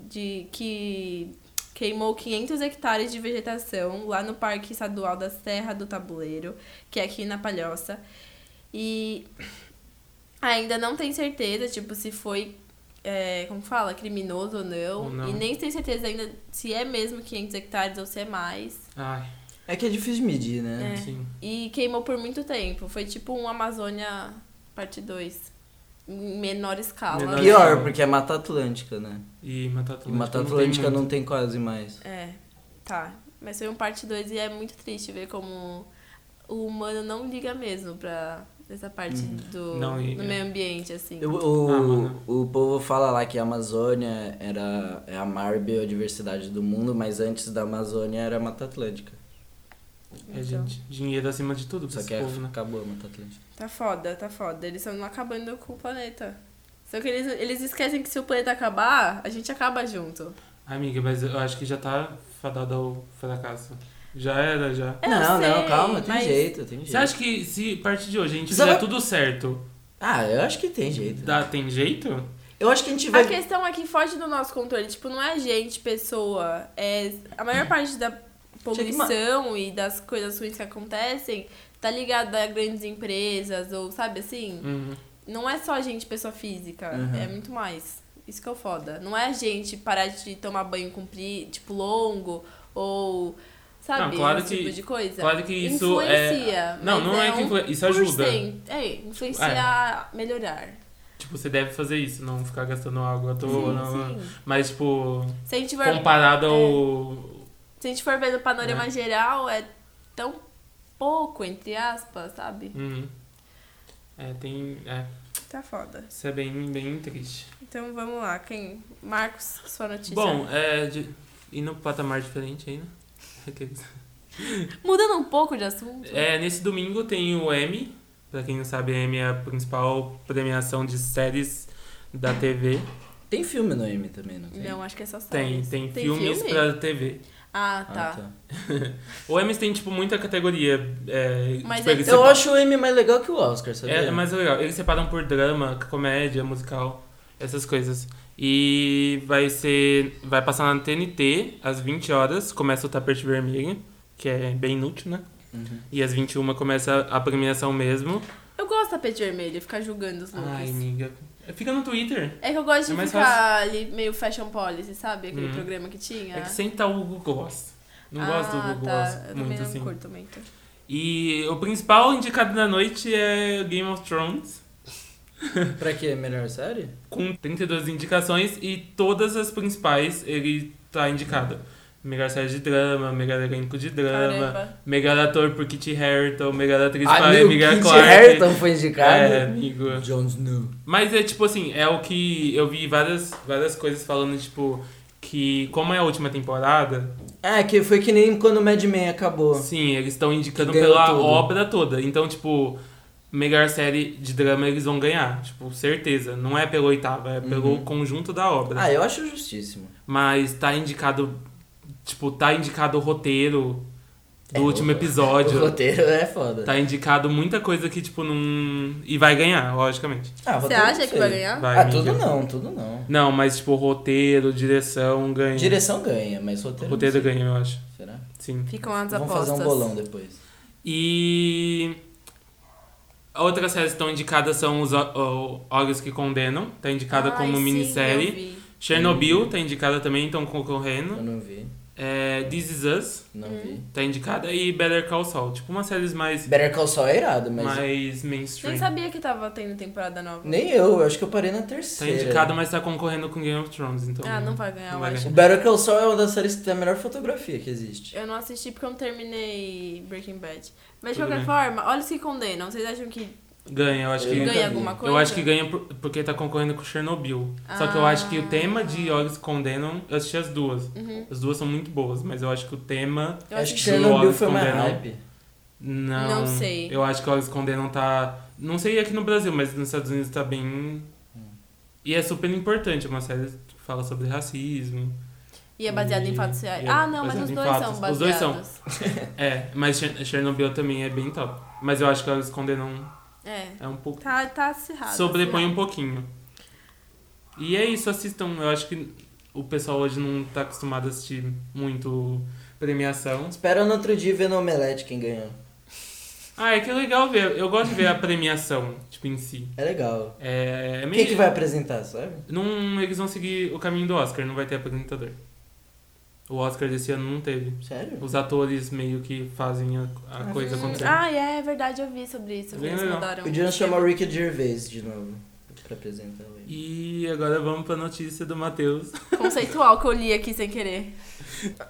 Speaker 3: de que queimou 500 hectares de vegetação lá no Parque Estadual da Serra do Tabuleiro, que é aqui na Palhoça. E ainda não tem certeza, tipo, se foi, é, como fala, criminoso ou não.
Speaker 1: Ou não.
Speaker 3: E nem tem certeza ainda se é mesmo 500 hectares ou se é mais.
Speaker 1: Ai,
Speaker 2: É que é difícil de medir, né?
Speaker 3: É.
Speaker 1: sim.
Speaker 3: E queimou por muito tempo. Foi tipo um Amazônia parte 2. Em menor escala.
Speaker 1: Menor
Speaker 2: Pior, porque é Mata Atlântica, né?
Speaker 1: E Mata
Speaker 2: E
Speaker 1: Atlântica.
Speaker 2: Mata
Speaker 1: não tem
Speaker 2: Atlântica não
Speaker 1: muito.
Speaker 2: tem quase mais.
Speaker 3: É, tá. Mas foi um parte 2 e é muito triste ver como o humano não liga mesmo pra essa parte
Speaker 2: Uhum.
Speaker 3: do,
Speaker 1: Não, e- é.
Speaker 3: do meio ambiente, assim.
Speaker 2: O, o,
Speaker 1: Ah, mano.
Speaker 2: o povo fala lá que a Amazônia era é a maior biodiversidade do mundo, mas antes da Amazônia era a Mata Atlântica.
Speaker 1: É,
Speaker 3: Então,
Speaker 1: gente, dinheiro acima de tudo pra
Speaker 2: Só
Speaker 1: esse
Speaker 2: que é-
Speaker 1: povo, né?
Speaker 2: acabou a Mata Atlântica.
Speaker 3: Tá foda, tá foda. Eles estão acabando com o planeta. Só que eles, eles esquecem que se o planeta acabar, a gente acaba junto.
Speaker 1: Ai, Amiga, mas eu acho que já tá fadado ao fracasso. Já era, já.
Speaker 3: Eu
Speaker 2: não,
Speaker 3: sei,
Speaker 2: não, calma, tem
Speaker 3: mas-
Speaker 2: jeito, tem jeito.
Speaker 1: Você acha que se partir de hoje a gente
Speaker 2: Sabe-
Speaker 1: fizer tudo certo,
Speaker 2: Ah, eu acho que tem jeito.
Speaker 1: dá, tem jeito?
Speaker 2: Eu acho que a gente vai.
Speaker 3: A questão é que foge do nosso controle. Tipo, não é gente, pessoa. É a
Speaker 2: Hum.
Speaker 3: maior parte da poluição e das coisas ruins que acontecem tá ligada a grandes empresas ou, sabe assim?
Speaker 1: Uhum.
Speaker 3: Não é só gente, pessoa física.
Speaker 2: Uhum.
Speaker 3: É muito mais. Isso que é o foda. Não é a gente parar de tomar banho cumprir, tipo, longo ou. Sabe?
Speaker 1: Não, claro
Speaker 3: esse tipo
Speaker 1: que-
Speaker 3: de coisa.
Speaker 1: claro que isso
Speaker 3: influencia,
Speaker 1: é- Não,
Speaker 3: mas
Speaker 1: não é que
Speaker 3: um
Speaker 1: influ- isso ajuda.
Speaker 3: 1%. É, influencia a melhorar.
Speaker 1: Tipo, você deve fazer isso, não ficar gastando água à toa. não-
Speaker 3: sim.
Speaker 1: Mas, tipo,
Speaker 3: Se a gente for
Speaker 1: comparado
Speaker 3: é.
Speaker 1: ao.
Speaker 3: Se a gente for ver no panorama
Speaker 1: É.
Speaker 3: geral, é tão pouco, entre aspas, sabe?
Speaker 1: Uhum. É, tem. É,
Speaker 3: Tá foda.
Speaker 1: isso é bem, bem triste.
Speaker 3: Então vamos lá, quem. Marcos, sua notícia.
Speaker 1: Bom, é. De... E no patamar diferente né? ainda? Aqueles.
Speaker 3: Mudando um pouco de assunto.
Speaker 1: É, nesse domingo tem o Emmy. Pra quem não sabe, Emmy é a principal premiação de séries da TV.
Speaker 2: Tem filme no M também, não tem?
Speaker 3: Não, acho que é só
Speaker 1: Tem,
Speaker 3: séries.
Speaker 1: tem, filmes
Speaker 3: filme?
Speaker 1: pra TV.
Speaker 3: Ah,
Speaker 2: Ah,
Speaker 3: tá.
Speaker 2: tá.
Speaker 1: O Emmys tem, tipo, muita categoria. É,
Speaker 3: Mas
Speaker 1: tipo,
Speaker 3: é
Speaker 1: eles
Speaker 2: Eu
Speaker 1: separam-
Speaker 2: acho o M mais legal que o Oscar, sabia?
Speaker 1: É, mas é legal. Eles separam por drama, comédia, musical, essas coisas. E vai ser. Vai passar na TNT às 20 horas, começa o tapete vermelho, que é bem inútil, né?
Speaker 2: Uhum.
Speaker 1: E às 21 começa a premiação mesmo.
Speaker 3: Eu gosto do tapete vermelho, ficar julgando os looks.
Speaker 1: Ai, amiga. Fica no Twitter.
Speaker 3: É que eu gosto
Speaker 1: É
Speaker 3: de
Speaker 1: mais
Speaker 3: ficar ali meio fashion policy, sabe? Aquele
Speaker 1: Hum.
Speaker 3: programa que tinha.
Speaker 1: É que sempre tá o Google Boss. Não
Speaker 3: ah,
Speaker 1: gosto do Google
Speaker 3: tá.
Speaker 1: Boss
Speaker 3: Eu também
Speaker 1: muito
Speaker 3: não
Speaker 1: assim.
Speaker 3: curto muito.
Speaker 1: E o principal indicado da noite é Game of Thrones,
Speaker 2: Pra quê? Melhor série?
Speaker 1: com 32 indicações e todas as principais ele tá indicado. Melhor série de drama, melhor elenco de drama,
Speaker 3: Caramba.
Speaker 1: melhor ator por Kit Harington, melhor atriz
Speaker 2: Ah,
Speaker 1: para
Speaker 2: meu,
Speaker 1: Emilia
Speaker 2: Kit
Speaker 1: Clarke.
Speaker 2: Harington foi indicado.
Speaker 1: É, amigo.
Speaker 2: Jon Snow.
Speaker 1: Mas é tipo assim, é o que eu vi várias, várias coisas falando, tipo, que como é a última temporada,
Speaker 2: É, que foi que nem quando o Mad Men acabou.
Speaker 1: Sim, eles estão indicando
Speaker 2: Que ganhou
Speaker 1: pela
Speaker 2: tudo.
Speaker 1: obra toda. Então, tipo, melhor série de drama eles vão ganhar. Tipo, certeza. Não é pela oitava, é pelo
Speaker 2: Uhum.
Speaker 1: conjunto da obra.
Speaker 2: Ah, eu acho justíssimo.
Speaker 1: Mas tá indicado. Tipo, tá indicado o roteiro do
Speaker 2: É,
Speaker 1: último
Speaker 2: o-
Speaker 1: episódio.
Speaker 2: O roteiro é foda.
Speaker 1: Tá indicado muita coisa que, tipo, não. E vai ganhar, logicamente.
Speaker 2: Ah, o
Speaker 3: Você
Speaker 2: roteiro
Speaker 3: acha
Speaker 2: não
Speaker 3: que
Speaker 2: sei.
Speaker 3: vai ganhar?
Speaker 1: Vai,
Speaker 2: ah,
Speaker 1: amiga.
Speaker 2: tudo não, tudo não.
Speaker 1: Não, mas, tipo, roteiro, direção ganha.
Speaker 2: Direção ganha, mas roteiro.
Speaker 1: Roteiro
Speaker 2: não sei.
Speaker 1: ganha, eu acho.
Speaker 2: Será?
Speaker 1: Sim.
Speaker 3: Ficam as
Speaker 2: Vamos
Speaker 3: apostas.
Speaker 2: fazer um bolão depois.
Speaker 1: E outras séries que estão indicadas são os O- O- Olhos que Condenam, tá indicada
Speaker 3: Ai,
Speaker 1: como
Speaker 3: sim, eu
Speaker 1: minissérie.
Speaker 3: vi.
Speaker 1: Chernobyl tá indicada também, estão
Speaker 2: Eu
Speaker 1: concorrendo.
Speaker 2: não vi,
Speaker 1: É, This Is Us
Speaker 2: não
Speaker 3: Hum?
Speaker 2: vi.
Speaker 1: tá indicada e Better Call Saul, tipo umas séries mais
Speaker 2: Better Call Saul é irado, mas.
Speaker 1: mais
Speaker 3: Nem
Speaker 1: mainstream.
Speaker 3: sabia que tava tendo temporada nova.
Speaker 2: Nem eu, eu acho que eu parei na
Speaker 1: Tá
Speaker 2: terceira.
Speaker 1: indicada, mas tá concorrendo com Game of Thrones, então.
Speaker 3: Ah, não vai ganhar,
Speaker 1: não
Speaker 3: eu
Speaker 1: vai
Speaker 3: acho.
Speaker 2: O Better Call Saul é uma das séries que tem a melhor fotografia que existe.
Speaker 3: Eu não assisti porque eu não terminei Breaking Bad. Mas de
Speaker 1: Tudo
Speaker 3: qualquer
Speaker 1: bem.
Speaker 3: forma, olha se condenam. Vocês acham que
Speaker 1: Ganha, eu acho
Speaker 2: Eu
Speaker 1: que.
Speaker 2: nunca
Speaker 3: Ganha
Speaker 2: vi.
Speaker 3: alguma coisa? Ah.
Speaker 1: Eu acho que ganha por- porque tá concorrendo com Chernobyl. Só que eu acho que o tema de Olhos que Condenam, eu assisti as duas.
Speaker 3: Uhum.
Speaker 1: As duas são muito boas, mas eu acho que o tema.
Speaker 3: Eu
Speaker 2: acho que
Speaker 1: que
Speaker 2: Chernobyl
Speaker 1: Olhos
Speaker 2: foi mais
Speaker 1: Condenam-
Speaker 2: hype.
Speaker 1: Não.
Speaker 3: Não sei.
Speaker 1: Eu acho que Olhos que Condenam tá. Não sei aqui no Brasil, mas nos Estados Unidos tá bem. E é super importante, é uma série que fala sobre racismo.
Speaker 3: E é baseado em fatos reais.
Speaker 1: E é
Speaker 3: Ah, não, mas
Speaker 1: baseado
Speaker 3: os
Speaker 1: em
Speaker 3: dois
Speaker 1: fatos.
Speaker 3: são baseados.
Speaker 1: Os dois são. É, mas Cher- Chernobyl também é bem top. Mas eu acho que Olhos que Condenam
Speaker 3: É.
Speaker 1: é um pouco.
Speaker 3: Tá, tá acirrado.
Speaker 1: sobrepõe um
Speaker 3: acirrado.
Speaker 1: pouquinho. E é isso, assistam. Eu acho que o pessoal hoje não tá acostumado a assistir muito premiação.
Speaker 2: Espera no outro dia ver no Omelete quem ganhou.
Speaker 1: Ah, é que é legal ver. Eu gosto de ver a premiação, tipo, em si.
Speaker 2: É legal.
Speaker 1: É, é meio...
Speaker 2: Quem que vai apresentar, sabe?
Speaker 1: Não, eles vão seguir o caminho do Oscar, não vai ter apresentador. O Oscar desse ano não teve.
Speaker 2: Sério?
Speaker 1: Os atores meio que fazem a, a
Speaker 2: Ah,
Speaker 1: coisa
Speaker 3: Hum,
Speaker 1: acontecer.
Speaker 3: Ah, é, é verdade, eu vi sobre isso. que
Speaker 1: Bem
Speaker 3: Eles
Speaker 1: legal.
Speaker 3: mudaram.
Speaker 2: Podiam chamar o Ricky Gervais de novo pra apresentar ele.
Speaker 1: E agora vamos pra notícia do Matheus.
Speaker 3: Conceitual que eu li aqui sem querer.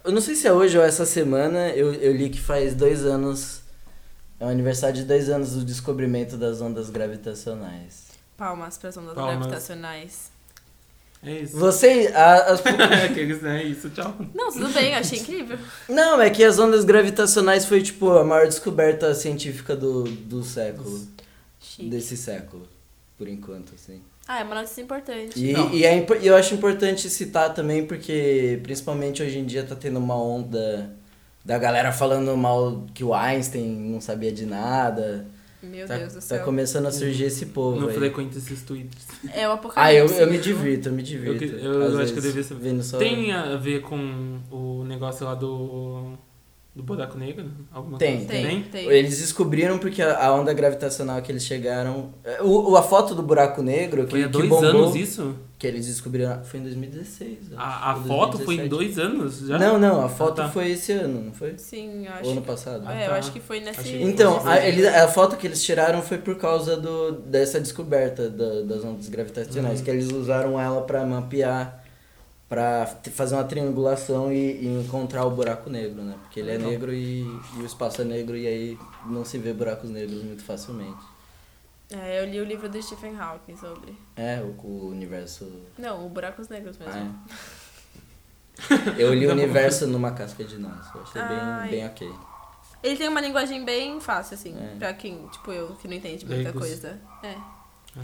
Speaker 2: Eu não sei se é hoje ou essa semana, eu, eu li que faz dois anos. É o aniversário de dois anos do descobrimento das ondas gravitacionais.
Speaker 3: Palmas para as ondas
Speaker 1: Palmas.
Speaker 3: gravitacionais.
Speaker 1: É isso.
Speaker 2: Vocês. a- as-
Speaker 1: Aqueles, né? É isso, tchau.
Speaker 3: Não, tudo bem, eu achei incrível.
Speaker 2: não, é que as ondas gravitacionais foi tipo a maior descoberta científica do, do século.
Speaker 3: Chique.
Speaker 2: Desse século, por enquanto, assim.
Speaker 3: Ah, é uma notícia importante.
Speaker 2: E,
Speaker 1: Não.
Speaker 2: e é impo- e eu acho importante citar também, porque principalmente hoje em dia tá tendo uma onda da galera falando mal que o Einstein não sabia de nada.
Speaker 3: Meu
Speaker 2: tá,
Speaker 3: Deus do
Speaker 2: tá
Speaker 3: céu.
Speaker 2: começando a surgir esse povo.
Speaker 1: Não
Speaker 2: aí.
Speaker 1: frequenta esses tweets.
Speaker 3: É o
Speaker 2: Ah,
Speaker 3: apocalipse.
Speaker 2: eu, eu me
Speaker 3: mesmo.
Speaker 2: divirto, eu me divirto.
Speaker 1: que- eu
Speaker 2: Às
Speaker 1: acho que eu
Speaker 2: vezes,
Speaker 1: devia saber.
Speaker 2: Vendo só...
Speaker 1: Tem a ver com o negócio lá do. do buraco negro? né? Alguma
Speaker 2: Tem,
Speaker 1: coisa? assim?
Speaker 3: Tem, tem.
Speaker 2: Eles descobriram porque a, a onda gravitacional que eles chegaram. é, O, o- a foto do buraco negro que,
Speaker 1: Foi há
Speaker 2: que
Speaker 1: dois
Speaker 2: bombou,
Speaker 1: anos isso?
Speaker 2: que eles descobriram. Foi em 2016. eu
Speaker 1: A, a
Speaker 2: acho, ou
Speaker 1: foto foi em
Speaker 2: 2017.
Speaker 1: dois anos já?
Speaker 2: Não, não, a foto
Speaker 1: Ah, tá.
Speaker 2: foi esse ano, não foi?
Speaker 3: Sim, eu
Speaker 2: Ou ano
Speaker 3: acho.
Speaker 2: passado?
Speaker 1: Ah,
Speaker 3: É, eu
Speaker 1: tá.
Speaker 3: acho que foi nesse.
Speaker 1: Achei que
Speaker 2: Então, a,
Speaker 1: Sim.
Speaker 2: ele- a foto que eles tiraram foi por causa do, dessa descoberta da- das ondas gravitacionais,
Speaker 1: Uhum.
Speaker 2: que eles usaram ela pra mapear, pra t- fazer uma triangulação e, e encontrar o buraco negro, né? Porque ele é
Speaker 1: Legal.
Speaker 2: negro e, e o espaço é negro e aí não se vê buracos negros muito facilmente.
Speaker 3: É, eu li o livro do Stephen Hawking sobre.
Speaker 2: É, o, o universo.
Speaker 3: Não, o Buracos Negros mesmo.
Speaker 2: Ah, é. Eu li o
Speaker 1: Tá bom.
Speaker 2: universo numa casca de nós, eu achei
Speaker 3: Ai.
Speaker 2: bem, bem ok.
Speaker 3: Ele tem uma linguagem bem fácil, assim,
Speaker 2: É.
Speaker 3: pra quem, tipo eu, que não entende muita
Speaker 1: Leigos.
Speaker 3: coisa. É.
Speaker 1: Ah.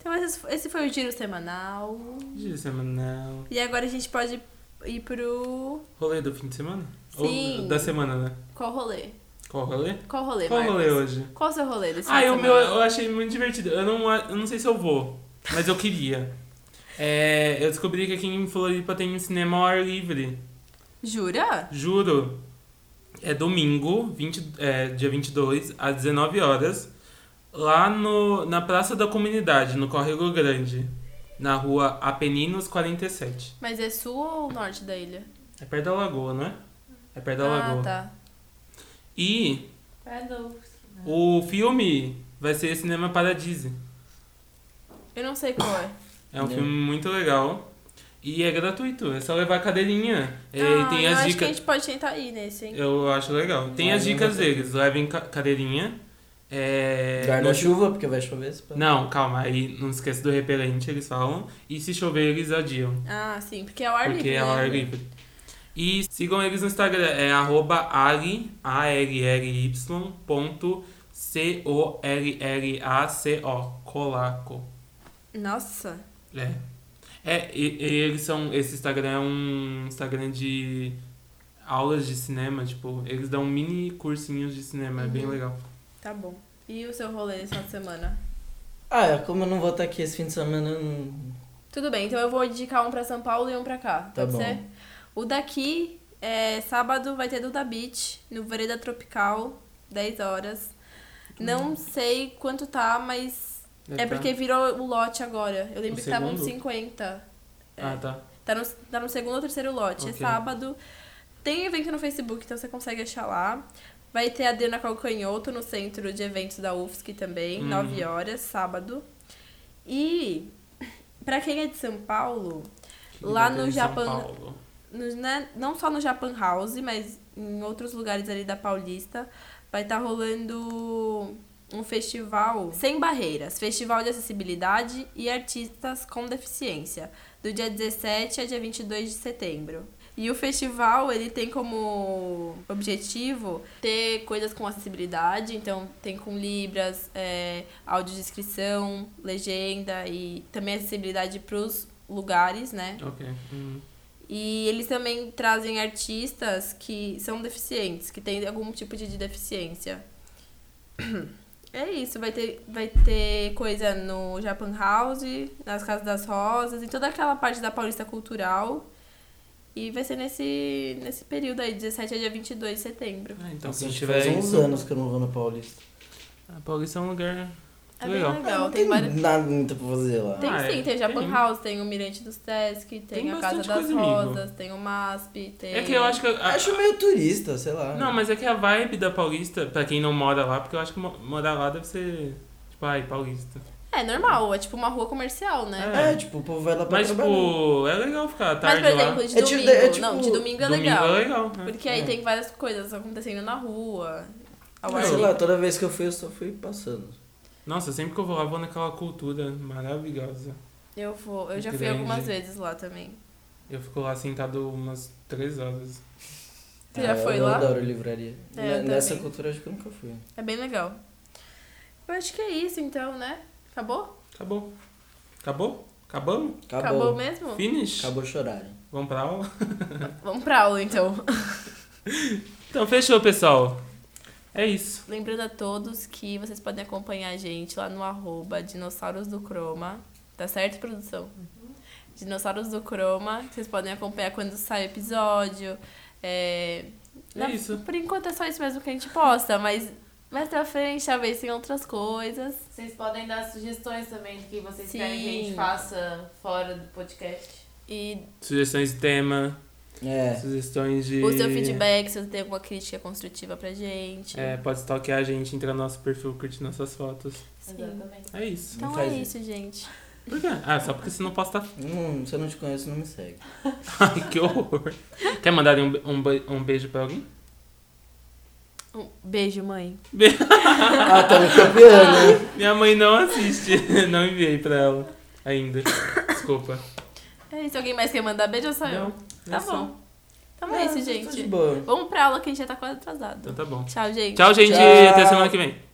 Speaker 3: Então esse, esse foi o giro semanal.
Speaker 1: De semanal.
Speaker 3: E agora a gente pode ir pro.
Speaker 1: Rolê do fim de semana?
Speaker 3: Sim.
Speaker 1: Ou da semana, né?
Speaker 3: Qual rolê?
Speaker 1: Qual rolê?
Speaker 3: Qual rolê,
Speaker 1: Qual
Speaker 3: Marcos?
Speaker 1: rolê hoje?
Speaker 3: Qual o seu rolê desse fim
Speaker 1: Ah,
Speaker 3: de
Speaker 1: eu, meu,
Speaker 3: semana?
Speaker 1: eu achei muito divertido. Eu não, a- eu não sei se eu vou, mas eu queria. É, eu descobri que aqui em Floripa tem um cinema ao ar livre.
Speaker 3: Jura?
Speaker 1: Juro. É domingo, 20, é, dia 22, às 19 horas, lá no, na Praça da Comunidade, no Córrego Grande, na rua Apeninos 47.
Speaker 3: Mas é sul ou norte da ilha?
Speaker 1: É perto da lagoa, não é? É perto da
Speaker 3: ah,
Speaker 1: lagoa.
Speaker 3: tá.
Speaker 1: E
Speaker 4: Perdão.
Speaker 1: o filme vai ser Cinema Paradise.
Speaker 3: Eu não sei qual é.
Speaker 1: É um
Speaker 2: Né?
Speaker 1: filme muito legal. E é gratuito, é só levar a cadeirinha. É,
Speaker 3: ah,
Speaker 1: e tem
Speaker 3: eu
Speaker 1: as
Speaker 3: acho que a
Speaker 1: dicas.
Speaker 3: gente pode tentar ir nesse, hein?
Speaker 1: Eu acho legal. Tem
Speaker 2: Ah,
Speaker 1: as
Speaker 2: eu
Speaker 1: dicas
Speaker 2: gostei.
Speaker 1: deles, levem ca- cadeirinha. É, no-
Speaker 2: Guarda-chuva, porque vai chover.
Speaker 3: Tá.
Speaker 2: se pá.
Speaker 1: Não, calma, aí não esquece do repelente, eles falam. E se chover, eles adiam.
Speaker 3: Ah, sim, porque é o ar
Speaker 1: porque
Speaker 3: livre.
Speaker 1: é ao
Speaker 3: né?
Speaker 1: ar livre. E sigam eles no Instagram, é arroba ali, A-L-L-Y, ponto C-O-L-L-A-C-O, colaco.
Speaker 3: Nossa.
Speaker 1: É. É, e, e eles são. Esse Instagram é um Instagram de aulas de cinema, tipo, eles dão mini cursinhos de cinema, é bem
Speaker 3: Uhum.
Speaker 1: legal.
Speaker 3: Tá bom. E o seu rolê esse final de semana?
Speaker 2: Ah, é, como eu não vou estar aqui esse fim de semana, eu não.
Speaker 3: Tudo bem, então eu vou indicar um pra São Paulo e um pra cá.
Speaker 2: Tá
Speaker 3: pode
Speaker 2: bom.
Speaker 3: ser? O daqui, é, sábado, vai ter Duda Beach, no Vereda Tropical, 10 horas. Não sei quanto tá, mas.
Speaker 1: Deve
Speaker 3: é
Speaker 1: tá-
Speaker 3: porque virou o lote agora. Eu lembro
Speaker 1: O
Speaker 3: que tava uns
Speaker 1: segundo?
Speaker 3: 50. É,
Speaker 1: Ah, tá.
Speaker 3: tá, no, tá no segundo ou terceiro lote. É
Speaker 1: Ok.
Speaker 3: sábado. Tem evento no Facebook, então você consegue achar lá. Vai ter a Adriana Calcanhoto no centro de eventos da UFSC também,
Speaker 1: Uhum.
Speaker 3: 9 horas, sábado. E pra quem é de São Paulo,
Speaker 1: Que
Speaker 3: Lá
Speaker 1: vai ter
Speaker 3: no
Speaker 1: em São
Speaker 3: Japão-
Speaker 1: Paulo.
Speaker 3: no- né, não só no Japan House, mas em outros lugares ali da Paulista, vai estar tá rolando um festival sem barreiras, festival de acessibilidade e artistas com deficiência, do dia 17 a dia 22 de setembro. E o festival, ele tem como objetivo ter coisas com acessibilidade, então tem com libras, é, audiodescrição, legenda e também acessibilidade para os lugares, né?
Speaker 1: Ok. Uhum.
Speaker 3: E eles também trazem artistas que são deficientes, que têm algum tipo de deficiência. É isso, vai ter, vai ter coisa no Japan House, nas Casas das Rosas, em toda aquela parte da Paulista Cultural. E vai ser nesse, nesse período aí, 17 a dia 22 de setembro.
Speaker 1: Ah, então,
Speaker 2: Nossa,
Speaker 1: quem
Speaker 2: acho que
Speaker 1: tiver
Speaker 2: faz
Speaker 1: aí,
Speaker 2: uns anos que eu não vou na Paulista.
Speaker 1: A Paulista é um lugar
Speaker 3: É
Speaker 1: legal.
Speaker 3: bem
Speaker 2: Ah,
Speaker 3: legal,
Speaker 2: não
Speaker 3: tem
Speaker 2: tem
Speaker 3: várias...
Speaker 2: nada muito pra fazer lá.
Speaker 3: Tem
Speaker 1: Ah,
Speaker 3: sim,
Speaker 1: é,
Speaker 3: tem o Japan
Speaker 1: tem.
Speaker 3: House, tem o Mirante do Sesc, tem,
Speaker 1: Tem
Speaker 3: a Casa
Speaker 1: bastante
Speaker 3: das
Speaker 1: coisa, amigo.
Speaker 3: Rosas, tem o MASP, tem...
Speaker 1: É que eu acho que. a-
Speaker 2: Ah, Acho meio turista, sei lá.
Speaker 1: Não, mas é que a vibe da Paulista, pra quem não mora lá, porque eu acho que mo- morar lá deve ser. Tipo, ai, Paulista.
Speaker 3: É normal, é tipo uma rua comercial, né?
Speaker 2: É, tipo, o povo vai lá pra
Speaker 1: Mas,
Speaker 2: trabalhar.
Speaker 1: tipo, é legal ficar à
Speaker 3: Mas,
Speaker 1: tarde
Speaker 3: por exemplo, de
Speaker 2: É tipo-
Speaker 3: domingo...
Speaker 2: é tipo-
Speaker 3: Não, de domingo é
Speaker 1: lá. Domingo
Speaker 3: legal.
Speaker 1: é legal. né?
Speaker 3: Porque aí
Speaker 2: É.
Speaker 3: tem várias coisas acontecendo na rua. Ao
Speaker 1: Mas
Speaker 3: ar
Speaker 2: sei
Speaker 1: eu-
Speaker 2: lá, tá
Speaker 3: livre.
Speaker 2: toda vez que eu fui, eu só fui passando.
Speaker 1: Nossa, sempre que eu vou lá, eu vou naquela cultura maravilhosa.
Speaker 3: Eu vou, eu já fui
Speaker 1: Grande.
Speaker 3: algumas vezes lá também.
Speaker 1: Eu fico lá sentado umas três horas.
Speaker 3: Você já
Speaker 2: Ah,
Speaker 3: foi
Speaker 2: eu
Speaker 3: lá?
Speaker 2: adoro livraria.
Speaker 3: É,
Speaker 2: Ne-
Speaker 3: eu
Speaker 2: Nessa
Speaker 3: também.
Speaker 2: cultura, acho que eu nunca fui.
Speaker 3: É bem legal. Eu acho que é isso então, né? Acabou?
Speaker 1: Acabou. Acabou? Acabamos?
Speaker 2: Acabou.
Speaker 3: Acabou mesmo?
Speaker 1: Finish?
Speaker 2: Acabou chorarem.
Speaker 1: Vamos pra aula?
Speaker 3: Vamos pra aula então.
Speaker 1: Então, fechou, pessoal. É isso.
Speaker 3: Lembrando a todos que vocês podem acompanhar a gente lá no arroba Dinossauros do Chroma. Tá certo, produção?
Speaker 2: Uhum.
Speaker 3: Dinossauros do Chroma. que Vocês podem acompanhar quando sai o episódio. É,
Speaker 1: É isso.
Speaker 3: Por enquanto é só isso mesmo que a gente posta, mas mais pra frente talvez tenha outras coisas.
Speaker 4: Vocês podem dar sugestões também do que vocês
Speaker 3: Sim.
Speaker 4: querem que a gente faça fora do podcast.
Speaker 3: E
Speaker 1: Sugestões de tema,
Speaker 2: É.
Speaker 1: sugestões de.
Speaker 3: o seu feedback, se você tem alguma crítica construtiva pra gente.
Speaker 1: É, pode stalkear a gente, entrar no nosso perfil, curtir nossas fotos.
Speaker 3: Sim.
Speaker 4: Exatamente.
Speaker 1: É isso.
Speaker 3: Então é
Speaker 2: faz
Speaker 3: isso, gente.
Speaker 1: Por quê? Ah, só porque você não posta.
Speaker 2: Não, Hum, se eu não te conheço, não me segue.
Speaker 1: Ai, que horror. Quer mandar um, be- um, be- um beijo pra alguém?
Speaker 3: Um beijo, mãe.
Speaker 1: Be-
Speaker 2: ah, tá me copiando, né?
Speaker 1: Minha mãe não assiste. Não enviei pra ela ainda. Desculpa.
Speaker 3: É isso. Alguém mais quer mandar beijo ou só eu?
Speaker 1: Não,
Speaker 3: Tá
Speaker 1: é só.
Speaker 3: bom. Então é
Speaker 2: Ah,
Speaker 3: isso,
Speaker 2: tô de
Speaker 3: gente.
Speaker 2: boa.
Speaker 3: Vamos pra aula que a gente já tá quase atrasado.
Speaker 1: Então tá bom.
Speaker 3: Tchau, gente.
Speaker 1: Tchau, gente.
Speaker 2: Tchau.
Speaker 1: Até semana que vem.